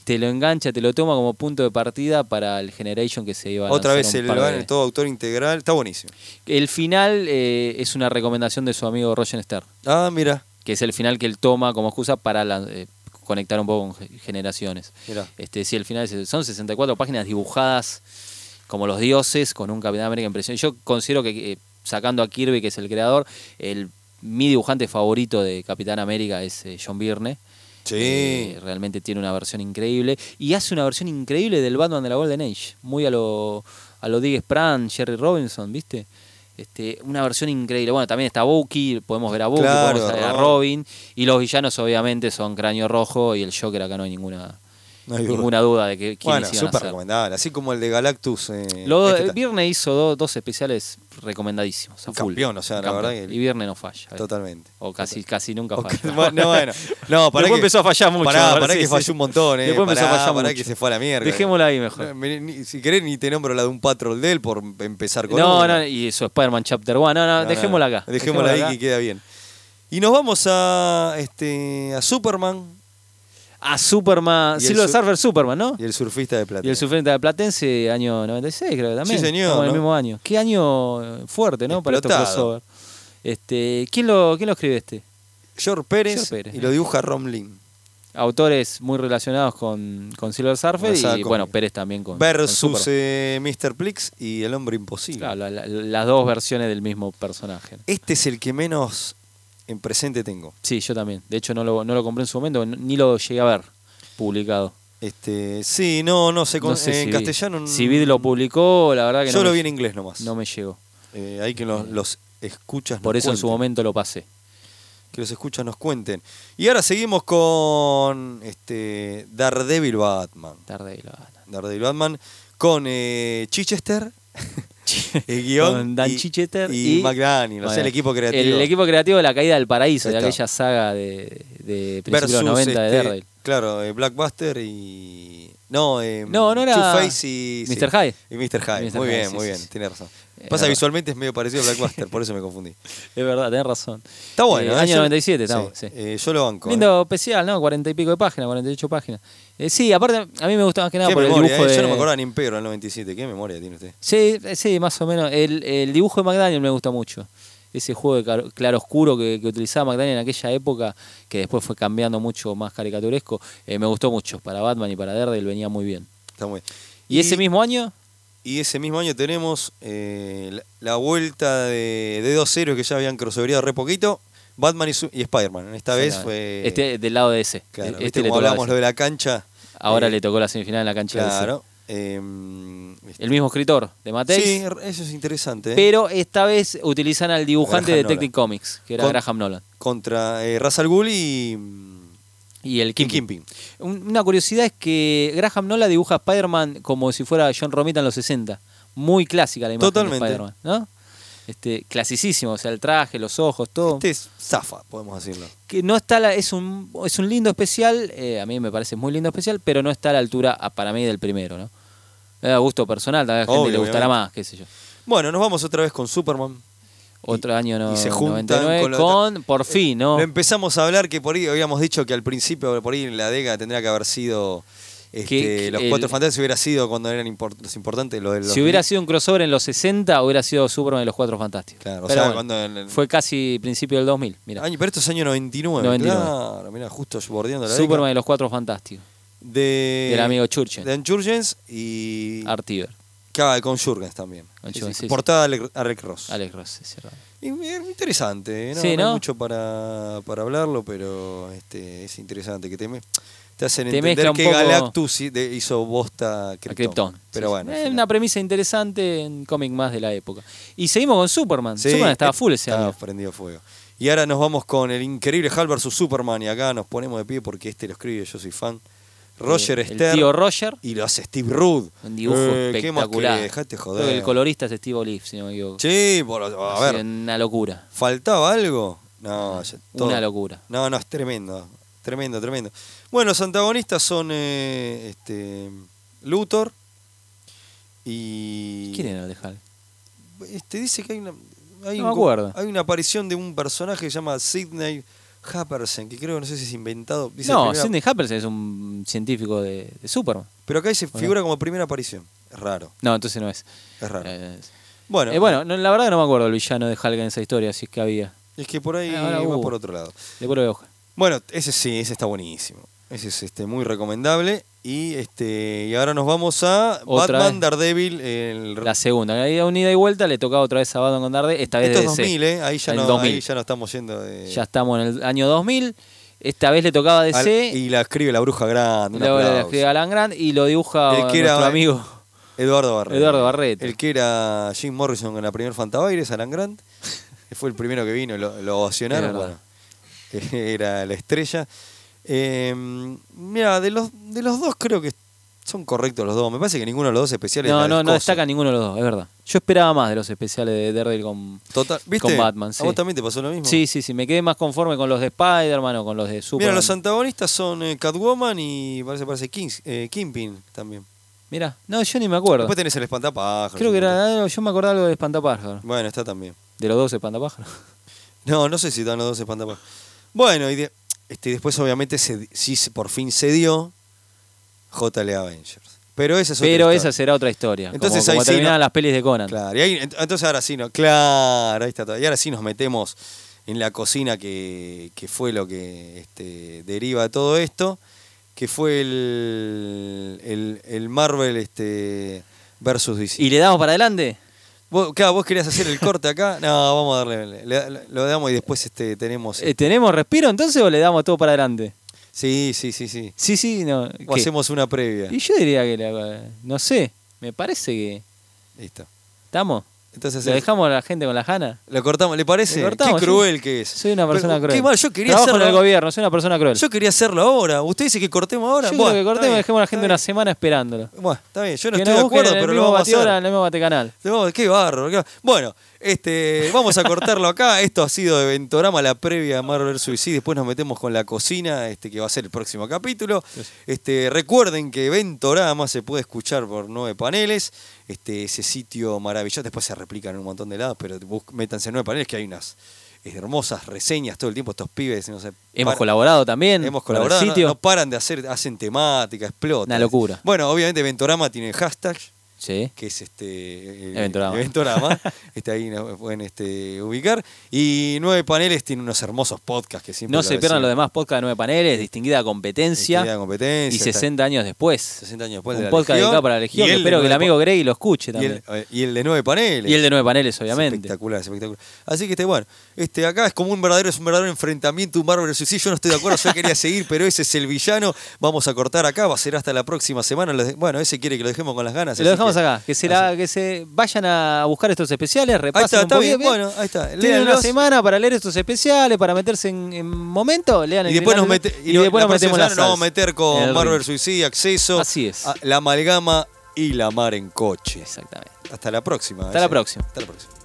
Speaker 4: te lo engancha, te lo toma como punto de partida para el Generation que se iba a
Speaker 3: Otra
Speaker 4: lanzar
Speaker 3: vez
Speaker 4: un
Speaker 3: el
Speaker 4: par de-
Speaker 3: Byron, todo autor integral. Está buenísimo.
Speaker 4: El final eh, es una recomendación de su amigo Roger Stern,
Speaker 3: Ah, mira.
Speaker 4: que es el final que él toma como excusa para la- eh, conectar un poco con ge- generaciones.
Speaker 3: Mirá.
Speaker 4: Este, sí, el final es- son 64 páginas dibujadas como los dioses, con un Capitán América impresionante. Yo considero que, eh, sacando a Kirby, que es el creador, el, mi dibujante favorito de Capitán América es eh, John Byrne.
Speaker 3: Sí.
Speaker 4: Eh, realmente tiene una versión increíble. Y hace una versión increíble del Batman de la Golden Age. Muy a lo, a lo Dick Sprang, Jerry Robinson, ¿viste? Este, una versión increíble. Bueno, también está Bucky, podemos ver a Bucky,
Speaker 3: Claro,
Speaker 4: podemos ver a
Speaker 3: Robin.
Speaker 4: Robin. Y los villanos, obviamente, son Cráneo Rojo y el Joker. Acá no hay ninguna,
Speaker 3: No hay duda.
Speaker 4: ninguna duda de que quiénes
Speaker 3: Bueno,
Speaker 4: iban a
Speaker 3: súper
Speaker 4: ser.
Speaker 3: recomendable. Así como el de Galactus. eh,
Speaker 4: Lo-
Speaker 3: este ta-
Speaker 4: Viernes hizo do- dos especiales recomendadísimos. a
Speaker 3: Un
Speaker 4: full.
Speaker 3: campeón, o sea, la verdad que-
Speaker 4: Y Viernes no falla. ¿viste?
Speaker 3: Totalmente.
Speaker 4: O casi, casi nunca
Speaker 3: Ok,
Speaker 4: falla.
Speaker 3: bueno, bueno. No, para
Speaker 4: Después
Speaker 3: que,
Speaker 4: empezó a fallar mucho.
Speaker 3: Pará,
Speaker 4: ahora
Speaker 3: pará
Speaker 4: sí,
Speaker 3: que
Speaker 4: sí.
Speaker 3: falló un montón, eh.
Speaker 4: Después empezó
Speaker 3: Pará,
Speaker 4: a fallar
Speaker 3: pará
Speaker 4: mucho.
Speaker 3: que se fue a la mierda.
Speaker 4: Dejémosla ahí mejor.
Speaker 3: No, me- ni- si querés, ni te nombro la de un patrol de él por empezar con
Speaker 4: No,
Speaker 3: una.
Speaker 4: no, y eso, Spider-Man Chapter 1. No, no, dejémosla acá.
Speaker 3: Dejémosla ahí
Speaker 4: acá.
Speaker 3: que queda bien. Y nos vamos a este a Superman
Speaker 4: A Superman,
Speaker 3: Y el
Speaker 4: Silver
Speaker 3: su-
Speaker 4: Surfer Superman, ¿no?
Speaker 3: y el surfista de plata.
Speaker 4: Y el sufrimiento de Platense, año 96, creo que también.
Speaker 3: Sí, señor,
Speaker 4: Estamos en
Speaker 3: ¿no?
Speaker 4: el mismo año. Qué año eh, fuerte, ¿no? Para estos
Speaker 3: Explotado.
Speaker 4: crossover. Este, ¿quién, lo, ¿Quién lo escribe este?
Speaker 3: George Pérez,
Speaker 4: George Pérez, eh.
Speaker 3: y lo dibuja Romlin.
Speaker 4: Autores muy relacionados con, con Silver Surfer
Speaker 3: La saga
Speaker 4: y,
Speaker 3: cómica.
Speaker 4: bueno, Pérez también con. con
Speaker 3: Versus
Speaker 4: Superman.
Speaker 3: eh, Mr. Plix y el hombre imposible.
Speaker 4: Claro, la- la- las dos versiones del mismo personaje. ¿no?
Speaker 3: Este es el que menos en presente tengo.
Speaker 4: Sí, yo también. De hecho, no lo, no lo compré en su momento, n- ni lo llegué a ver publicado.
Speaker 3: Este, sí, no, no sé, con-
Speaker 4: No sé
Speaker 3: en
Speaker 4: si vi.
Speaker 3: castellano no-
Speaker 4: Si Vid lo publicó, la verdad que
Speaker 3: Yo
Speaker 4: no,
Speaker 3: lo
Speaker 4: me,
Speaker 3: vi en inglés Pues nomás.
Speaker 4: no me llegó.
Speaker 3: Eh, hay que los, los escuchas nos
Speaker 4: Por eso en su
Speaker 3: cuenten.
Speaker 4: momento lo pasé.
Speaker 3: Que los escuchas nos cuenten. Y ahora seguimos con este Daredevil Batman.
Speaker 4: Tarde y lo gana.
Speaker 3: Daredevil Batman con eh, Chichester. el guión
Speaker 4: Con Dan
Speaker 3: y-
Speaker 4: Chichester
Speaker 3: y,
Speaker 4: y,
Speaker 3: McDaniel, o sea, el
Speaker 4: Bueno,
Speaker 3: equipo creativo.
Speaker 4: El equipo creativo de la caída del paraíso,
Speaker 3: Ahí
Speaker 4: de
Speaker 3: está.
Speaker 4: aquella saga de, de principios de
Speaker 3: versus
Speaker 4: los 90 de
Speaker 3: este,
Speaker 4: Daredevil.
Speaker 3: Claro, eh, Blackbuster y. No, eh,
Speaker 4: No, no era
Speaker 3: Two-Face y.
Speaker 4: Mr. Hyde.
Speaker 3: Y Mr. Hyde.
Speaker 4: Mr.
Speaker 3: Muy
Speaker 4: Hyde,
Speaker 3: bien,
Speaker 4: sí,
Speaker 3: muy
Speaker 4: sí,
Speaker 3: bien,
Speaker 4: sí.
Speaker 3: tiene razón.
Speaker 4: Eh,
Speaker 3: Pasa
Speaker 4: no.
Speaker 3: visualmente es medio parecido a Blackbuster, por eso me confundí.
Speaker 4: Es verdad, tenés razón.
Speaker 3: Está bueno.
Speaker 4: Eh,
Speaker 3: ¿eh?
Speaker 4: año
Speaker 3: Yo-
Speaker 4: 97 estamos.
Speaker 3: sí,
Speaker 4: sí.
Speaker 3: eh, yo lo banco. ¿eh?
Speaker 4: Lindo especial, ¿no? 40 y pico de páginas, 48 páginas. Eh, sí, aparte, a mí me gusta más que nada
Speaker 3: Qué
Speaker 4: por
Speaker 3: memoria,
Speaker 4: el dibujo
Speaker 3: eh.
Speaker 4: de...
Speaker 3: Yo no me acordaba ni en Pedro del 97. Qué memoria tiene usted.
Speaker 4: Sí, eh, sí, más o menos. El, el dibujo de McDaniel me gusta mucho. Ese juego de claro- claroscuro que, que utilizaba McDaniel en aquella época, que después fue cambiando mucho más caricaturesco, eh, me gustó mucho. Para Batman y para Daredevil venía muy bien.
Speaker 3: Está muy bien.
Speaker 4: ¿Y, ese mismo año?
Speaker 3: y ese mismo año tenemos eh, la, la vuelta de, de dos héroes que ya habían crossoverado re poquito. Batman y, su- y Spider-Man. Esta vez fue...
Speaker 4: Este, del lado de ese.
Speaker 3: claro,
Speaker 4: Este
Speaker 3: viste
Speaker 4: le
Speaker 3: como
Speaker 4: tocaba
Speaker 3: hablamos
Speaker 4: ese.
Speaker 3: lo de la cancha.
Speaker 4: Ahora
Speaker 3: eh,
Speaker 4: le tocó la semifinal en la cancha de ese.
Speaker 3: Claro. em,
Speaker 4: El mismo escritor de Matex,
Speaker 3: sí, eso es interesante. eh.
Speaker 4: pero esta vez utilizan al dibujante
Speaker 3: Graham
Speaker 4: de Detective
Speaker 3: Nolan.
Speaker 4: Comics, que era
Speaker 3: Con-
Speaker 4: Graham Nolan.
Speaker 3: Contra eh, Ra's al Ghul y... mm,
Speaker 4: Y el
Speaker 3: y
Speaker 4: Kingpin.
Speaker 3: Kingpin.
Speaker 4: Un- Una curiosidad es que Graham Nolan dibuja a Spider-Man como si fuera John Romita en los 60. Muy clásica la imagen
Speaker 3: Totalmente.
Speaker 4: de Spider-Man, ¿no? Este, clasicísimo, o sea, el traje, los ojos, todo.
Speaker 3: Este es Zafa, podemos decirlo.
Speaker 4: Que no está la- es, un, es un lindo especial, eh, a mí me parece muy lindo especial, pero no está a la altura, a- para mí, del primero, ¿no? Me da gusto personal, tal vez a la gente
Speaker 3: Obvio,
Speaker 4: le gustará
Speaker 3: obviamente.
Speaker 4: más, qué sé yo.
Speaker 3: Bueno, nos vamos otra vez con Superman.
Speaker 4: Otro año no,
Speaker 3: y se juntan
Speaker 4: 99
Speaker 3: con
Speaker 4: con,
Speaker 3: la Eh,
Speaker 4: por fin, ¿no?
Speaker 3: Lo empezamos a hablar que por ahí habíamos dicho que al principio, por ahí en la década tendría que haber sido. este,
Speaker 4: Que- que
Speaker 3: los
Speaker 4: el-
Speaker 3: cuatro fantásticos hubiera sido cuando eran import- los importantes. Lo del
Speaker 4: Si hubiera sido un crossover en los 60, hubiera sido Superman de los Cuatro Fantásticos.
Speaker 3: Claro, o
Speaker 4: Pero
Speaker 3: sea,
Speaker 4: bueno,
Speaker 3: cuando el- el-
Speaker 4: fue casi principio del 2000, mira.
Speaker 3: Año- pero esto es año 99.
Speaker 4: 99.
Speaker 3: Claro, mira, justo bordeando la
Speaker 4: Superman
Speaker 3: década.
Speaker 4: de los Cuatro Fantásticos.
Speaker 3: De,
Speaker 4: del amigo Churchill.
Speaker 3: De Ann Jurgens y.
Speaker 4: Artiver,
Speaker 3: Claro, con Jurgens también.
Speaker 4: Con
Speaker 3: Sí,
Speaker 4: Jurgens,
Speaker 3: sí,
Speaker 4: sí, sí.
Speaker 3: Portada a Le- a Rick Ross.
Speaker 4: Alex Ross, es verdad.
Speaker 3: Y, eh, interesante, ¿no?
Speaker 4: Sí,
Speaker 3: No
Speaker 4: ¿no?
Speaker 3: hay mucho para, para hablarlo, pero este, es interesante que te, me- te hacen
Speaker 4: Te
Speaker 3: entender
Speaker 4: mezcla un
Speaker 3: que
Speaker 4: poco-
Speaker 3: Galactus hi- de- hizo bosta a
Speaker 4: A
Speaker 3: Krypton.
Speaker 4: Krypton.
Speaker 3: Pero
Speaker 4: Sí,
Speaker 3: bueno.
Speaker 4: sí.
Speaker 3: al
Speaker 4: Es
Speaker 3: final-
Speaker 4: una premisa interesante en cómic más de la época. Y seguimos con Superman.
Speaker 3: Sí, eh,
Speaker 4: Superman estaba full ese
Speaker 3: estaba
Speaker 4: año.
Speaker 3: prendido fuego. Y ahora nos vamos con el increíble Hal vs Superman y acá nos ponemos de pie porque este lo escribe, yo soy fan. Roger
Speaker 4: Eh,
Speaker 3: Stern.
Speaker 4: El tío Roger.
Speaker 3: Y lo hace Steve Rudd.
Speaker 4: Un dibujo
Speaker 3: Eh, ¿qué más
Speaker 4: espectacular.
Speaker 3: querés? Dejate
Speaker 4: Creo
Speaker 3: joder.
Speaker 4: que el colorista es Steve Olive, si no me equivoco.
Speaker 3: Sí, por- a
Speaker 4: Ha sido
Speaker 3: ver.
Speaker 4: Una locura.
Speaker 3: ¿Faltaba algo? No, ya- todo-
Speaker 4: Una locura.
Speaker 3: No, no, es tremendo. Tremendo, tremendo. Bueno, los antagonistas son eh, este, Luthor y.
Speaker 4: ¿Quién era el de Hal?
Speaker 3: Este, dice que hay una. Hay
Speaker 4: No
Speaker 3: un
Speaker 4: me
Speaker 3: co-
Speaker 4: acuerdo.
Speaker 3: Hay una aparición de un personaje que se llama Sidney Happerson, que creo, no sé si es inventado. dice
Speaker 4: no,
Speaker 3: primera-
Speaker 4: Sidney Happerson es un científico de, de Superman.
Speaker 3: Pero acá dice figura como primera aparición. Es raro,
Speaker 4: No, entonces no es.
Speaker 3: es raro.
Speaker 4: Eh,
Speaker 3: bueno,
Speaker 4: eh, bueno, no, la verdad que no me acuerdo el villano de Hal en esa historia, si es que había.
Speaker 3: es que por ahí
Speaker 4: ahora
Speaker 3: va
Speaker 4: hubo.
Speaker 3: por otro lado.
Speaker 4: De puro de hoja.
Speaker 3: Bueno, ese sí, ese está buenísimo. Ese es este, muy recomendable. Y este y ahora nos vamos a
Speaker 4: Otra
Speaker 3: Batman,
Speaker 4: vez.
Speaker 3: Daredevil, el...
Speaker 4: La segunda, que había unida y vuelta, le tocaba otra vez a Batman con Darde, esta vez
Speaker 3: Esto es
Speaker 4: de DC.
Speaker 3: 2000, ¿eh? Ahí ya,
Speaker 4: El
Speaker 3: no,
Speaker 4: 2000.
Speaker 3: ahí ya eh. no estamos yendo de...
Speaker 4: Ya estamos en el año 2000. Esta vez le tocaba
Speaker 3: Al-
Speaker 4: DC.
Speaker 3: y la escribe la bruja grande. un
Speaker 4: Luego la
Speaker 3: aplauso.
Speaker 4: escribe Alan Grant y lo dibuja
Speaker 3: El que
Speaker 4: nuestro
Speaker 3: era-
Speaker 4: amigo.
Speaker 3: Eduardo Barreto.
Speaker 4: Eduardo Barreto.
Speaker 3: El que era Jim Morrison en la primer Fantabaires, Alan Grant. Fue el primero que vino, lo, lo ovacionaron.
Speaker 4: Es verdad.
Speaker 3: bueno. era la estrella. mira, de los, de los dos creo que son correctos los dos. Me parece que ninguno de los dos especiales.
Speaker 4: No,
Speaker 3: la
Speaker 4: no, no
Speaker 3: descosa.
Speaker 4: destaca ninguno de los dos, es verdad. Yo esperaba más de los especiales de Daredevil con,
Speaker 3: Total, ¿viste?
Speaker 4: con Batman.
Speaker 3: ¿A
Speaker 4: Sí.
Speaker 3: vos también te pasó lo mismo?
Speaker 4: sí, sí, sí. Me quedé más conforme con los de Spider-Man o con los de
Speaker 3: Mira,
Speaker 4: Superman.
Speaker 3: los antagonistas son eh, Catwoman y parece, parece Kings, eh, Kingpin también.
Speaker 4: Mira, no, yo ni me acuerdo.
Speaker 3: Después tenés el espantapájaros.
Speaker 4: Creo que era algo- yo me acordaba algo de Espantapájaros.
Speaker 3: Bueno, está también.
Speaker 4: De los dos espantapájaros.
Speaker 3: No, no sé si están los dos espantapájaros. Bueno, y de- este, después obviamente se, di- sí se- por fin se dio JLA Avengers. Pero esa es otra
Speaker 4: Pero
Speaker 3: historia.
Speaker 4: esa será otra historia.
Speaker 3: Entonces
Speaker 4: como,
Speaker 3: ahí
Speaker 4: como
Speaker 3: sí,
Speaker 4: terminaban
Speaker 3: ¿no?
Speaker 4: las pelis de Conan.
Speaker 3: Claro, y ahí- ent- entonces ahora sí, no, claro, ahí está todo. Y ahora sí nos metemos en la cocina que, que fue lo que este, deriva todo esto, que fue el, el, el Marvel este, versus DC.
Speaker 4: Y le damos para adelante.
Speaker 3: Vos, claro, vos querías hacer el corte acá, no, vamos a darle, le- le- lo damos y después este, tenemos...
Speaker 4: Eh, ¿Tenemos respiro entonces o le damos todo para adelante?
Speaker 3: Sí, sí, sí, sí.
Speaker 4: Sí, sí, no.
Speaker 3: O
Speaker 4: ¿qué?
Speaker 3: hacemos una previa.
Speaker 4: Y yo diría que, la- no sé, me parece que...
Speaker 3: Listo.
Speaker 4: ¿Estamos?
Speaker 3: Entonces
Speaker 4: ¿Le
Speaker 3: eh,
Speaker 4: dejamos a la gente con la gana?
Speaker 3: lo cortamos, ¿le parece?
Speaker 4: Le cortamos,
Speaker 3: qué
Speaker 4: sí.
Speaker 3: cruel que es.
Speaker 4: Soy una persona
Speaker 3: Pero,
Speaker 4: cruel.
Speaker 3: Qué mal, yo quería
Speaker 4: Trabajo en
Speaker 3: hacerlo.
Speaker 4: el gobierno, soy una persona cruel.
Speaker 3: Yo quería hacerlo ahora. Usted dice que cortemos ahora.
Speaker 4: Yo creo
Speaker 3: Buah,
Speaker 4: que
Speaker 3: está
Speaker 4: cortemos
Speaker 3: bien,
Speaker 4: y dejemos a la gente
Speaker 3: está
Speaker 4: una semana esperándolo.
Speaker 3: bien. Buah, está bien, yo no
Speaker 4: que
Speaker 3: estoy
Speaker 4: nos
Speaker 3: de
Speaker 4: busquen
Speaker 3: acuerdo,
Speaker 4: en el
Speaker 3: pero lo
Speaker 4: mismo
Speaker 3: vamos a
Speaker 4: Bateora,
Speaker 3: hacer.
Speaker 4: en el mismo Batecanal.
Speaker 3: Lo vamos- "Oh, Qué barro. qué barro. Bueno, este, vamos a cortarlo acá. Esto ha sido de Ventorama, la previa a Marvel Suicide. Después nos metemos con la cocina, este, que va a ser el próximo capítulo. Este, recuerden que Ventorama se puede escuchar por nueve paneles. Este, ese sitio maravilloso. Después se replica en un montón de lados, pero bus- métanse en nueve paneles que hay unas hermosas reseñas todo el tiempo. Estos pibes, no sé,
Speaker 4: Hemos
Speaker 3: para-
Speaker 4: colaborado también.
Speaker 3: Hemos
Speaker 4: con el
Speaker 3: colaborado, no-
Speaker 4: sitio.
Speaker 3: No, paran de hacer, hacen temática, explota.
Speaker 4: Una locura.
Speaker 3: Bueno, obviamente Ventorama tiene hashtag,
Speaker 4: Sí.
Speaker 3: que es este eh,
Speaker 4: Eventorama.
Speaker 3: Eventorama. Este, ahí nos pueden este, ubicar. Y nueve paneles tiene unos hermosos podcasts que siempre.
Speaker 4: No se pierdan los
Speaker 3: decimos.
Speaker 4: demás podcasts de nueve paneles, distinguida competencia.
Speaker 3: Distinguida competencia,
Speaker 4: y
Speaker 3: está-
Speaker 4: 60 años después.
Speaker 3: 60 años después de
Speaker 4: Un
Speaker 3: la
Speaker 4: podcast
Speaker 3: Legión.
Speaker 4: dedicado para la
Speaker 3: Y
Speaker 4: Legión. que
Speaker 3: el de
Speaker 4: espero que el
Speaker 3: nueve
Speaker 4: amigo
Speaker 3: po-
Speaker 4: Grey lo escuche
Speaker 3: Y
Speaker 4: también.
Speaker 3: el, eh, y el de nueve paneles.
Speaker 4: de nueve paneles,
Speaker 3: Es
Speaker 4: obviamente.
Speaker 3: Espectacular, es espectacular. Así que este, bueno, este, acá es como un verdadero, es un verdadero enfrentamiento, un bárbaro suicidio. Yo no estoy de acuerdo, yo quería seguir, pero ese es el villano. Vamos a cortar acá, va a ser hasta la próxima semana. Lo de- Bueno, ese quiere que lo dejemos con las ganas.
Speaker 4: Lo
Speaker 3: así
Speaker 4: dejamos
Speaker 3: que-
Speaker 4: acá. Que, se la- que se vayan a buscar estos especiales,
Speaker 3: Ahí
Speaker 4: repasen
Speaker 3: está,
Speaker 4: un
Speaker 3: está
Speaker 4: poquito,
Speaker 3: bien. Bueno, ahí está.
Speaker 4: Tienen una
Speaker 3: Léanlos.
Speaker 4: semana para leer estos especiales, para meterse en, en momento, lean el
Speaker 3: Y después nos,
Speaker 4: final,
Speaker 3: mete-
Speaker 4: y
Speaker 3: no-
Speaker 4: después
Speaker 3: la
Speaker 4: nos
Speaker 3: próxima
Speaker 4: metemos la
Speaker 3: semana nos vamos a
Speaker 4: salsa,
Speaker 3: meter
Speaker 4: en
Speaker 3: con
Speaker 4: el
Speaker 3: Marvel
Speaker 4: ring.
Speaker 3: Suicide, Acceso,
Speaker 4: Así es.
Speaker 3: a- La Amalgama y La Mar en Coches.
Speaker 4: Exactamente.
Speaker 3: Hasta la próxima.
Speaker 4: Hasta la
Speaker 3: Ese.
Speaker 4: próxima.
Speaker 3: Hasta la próxima.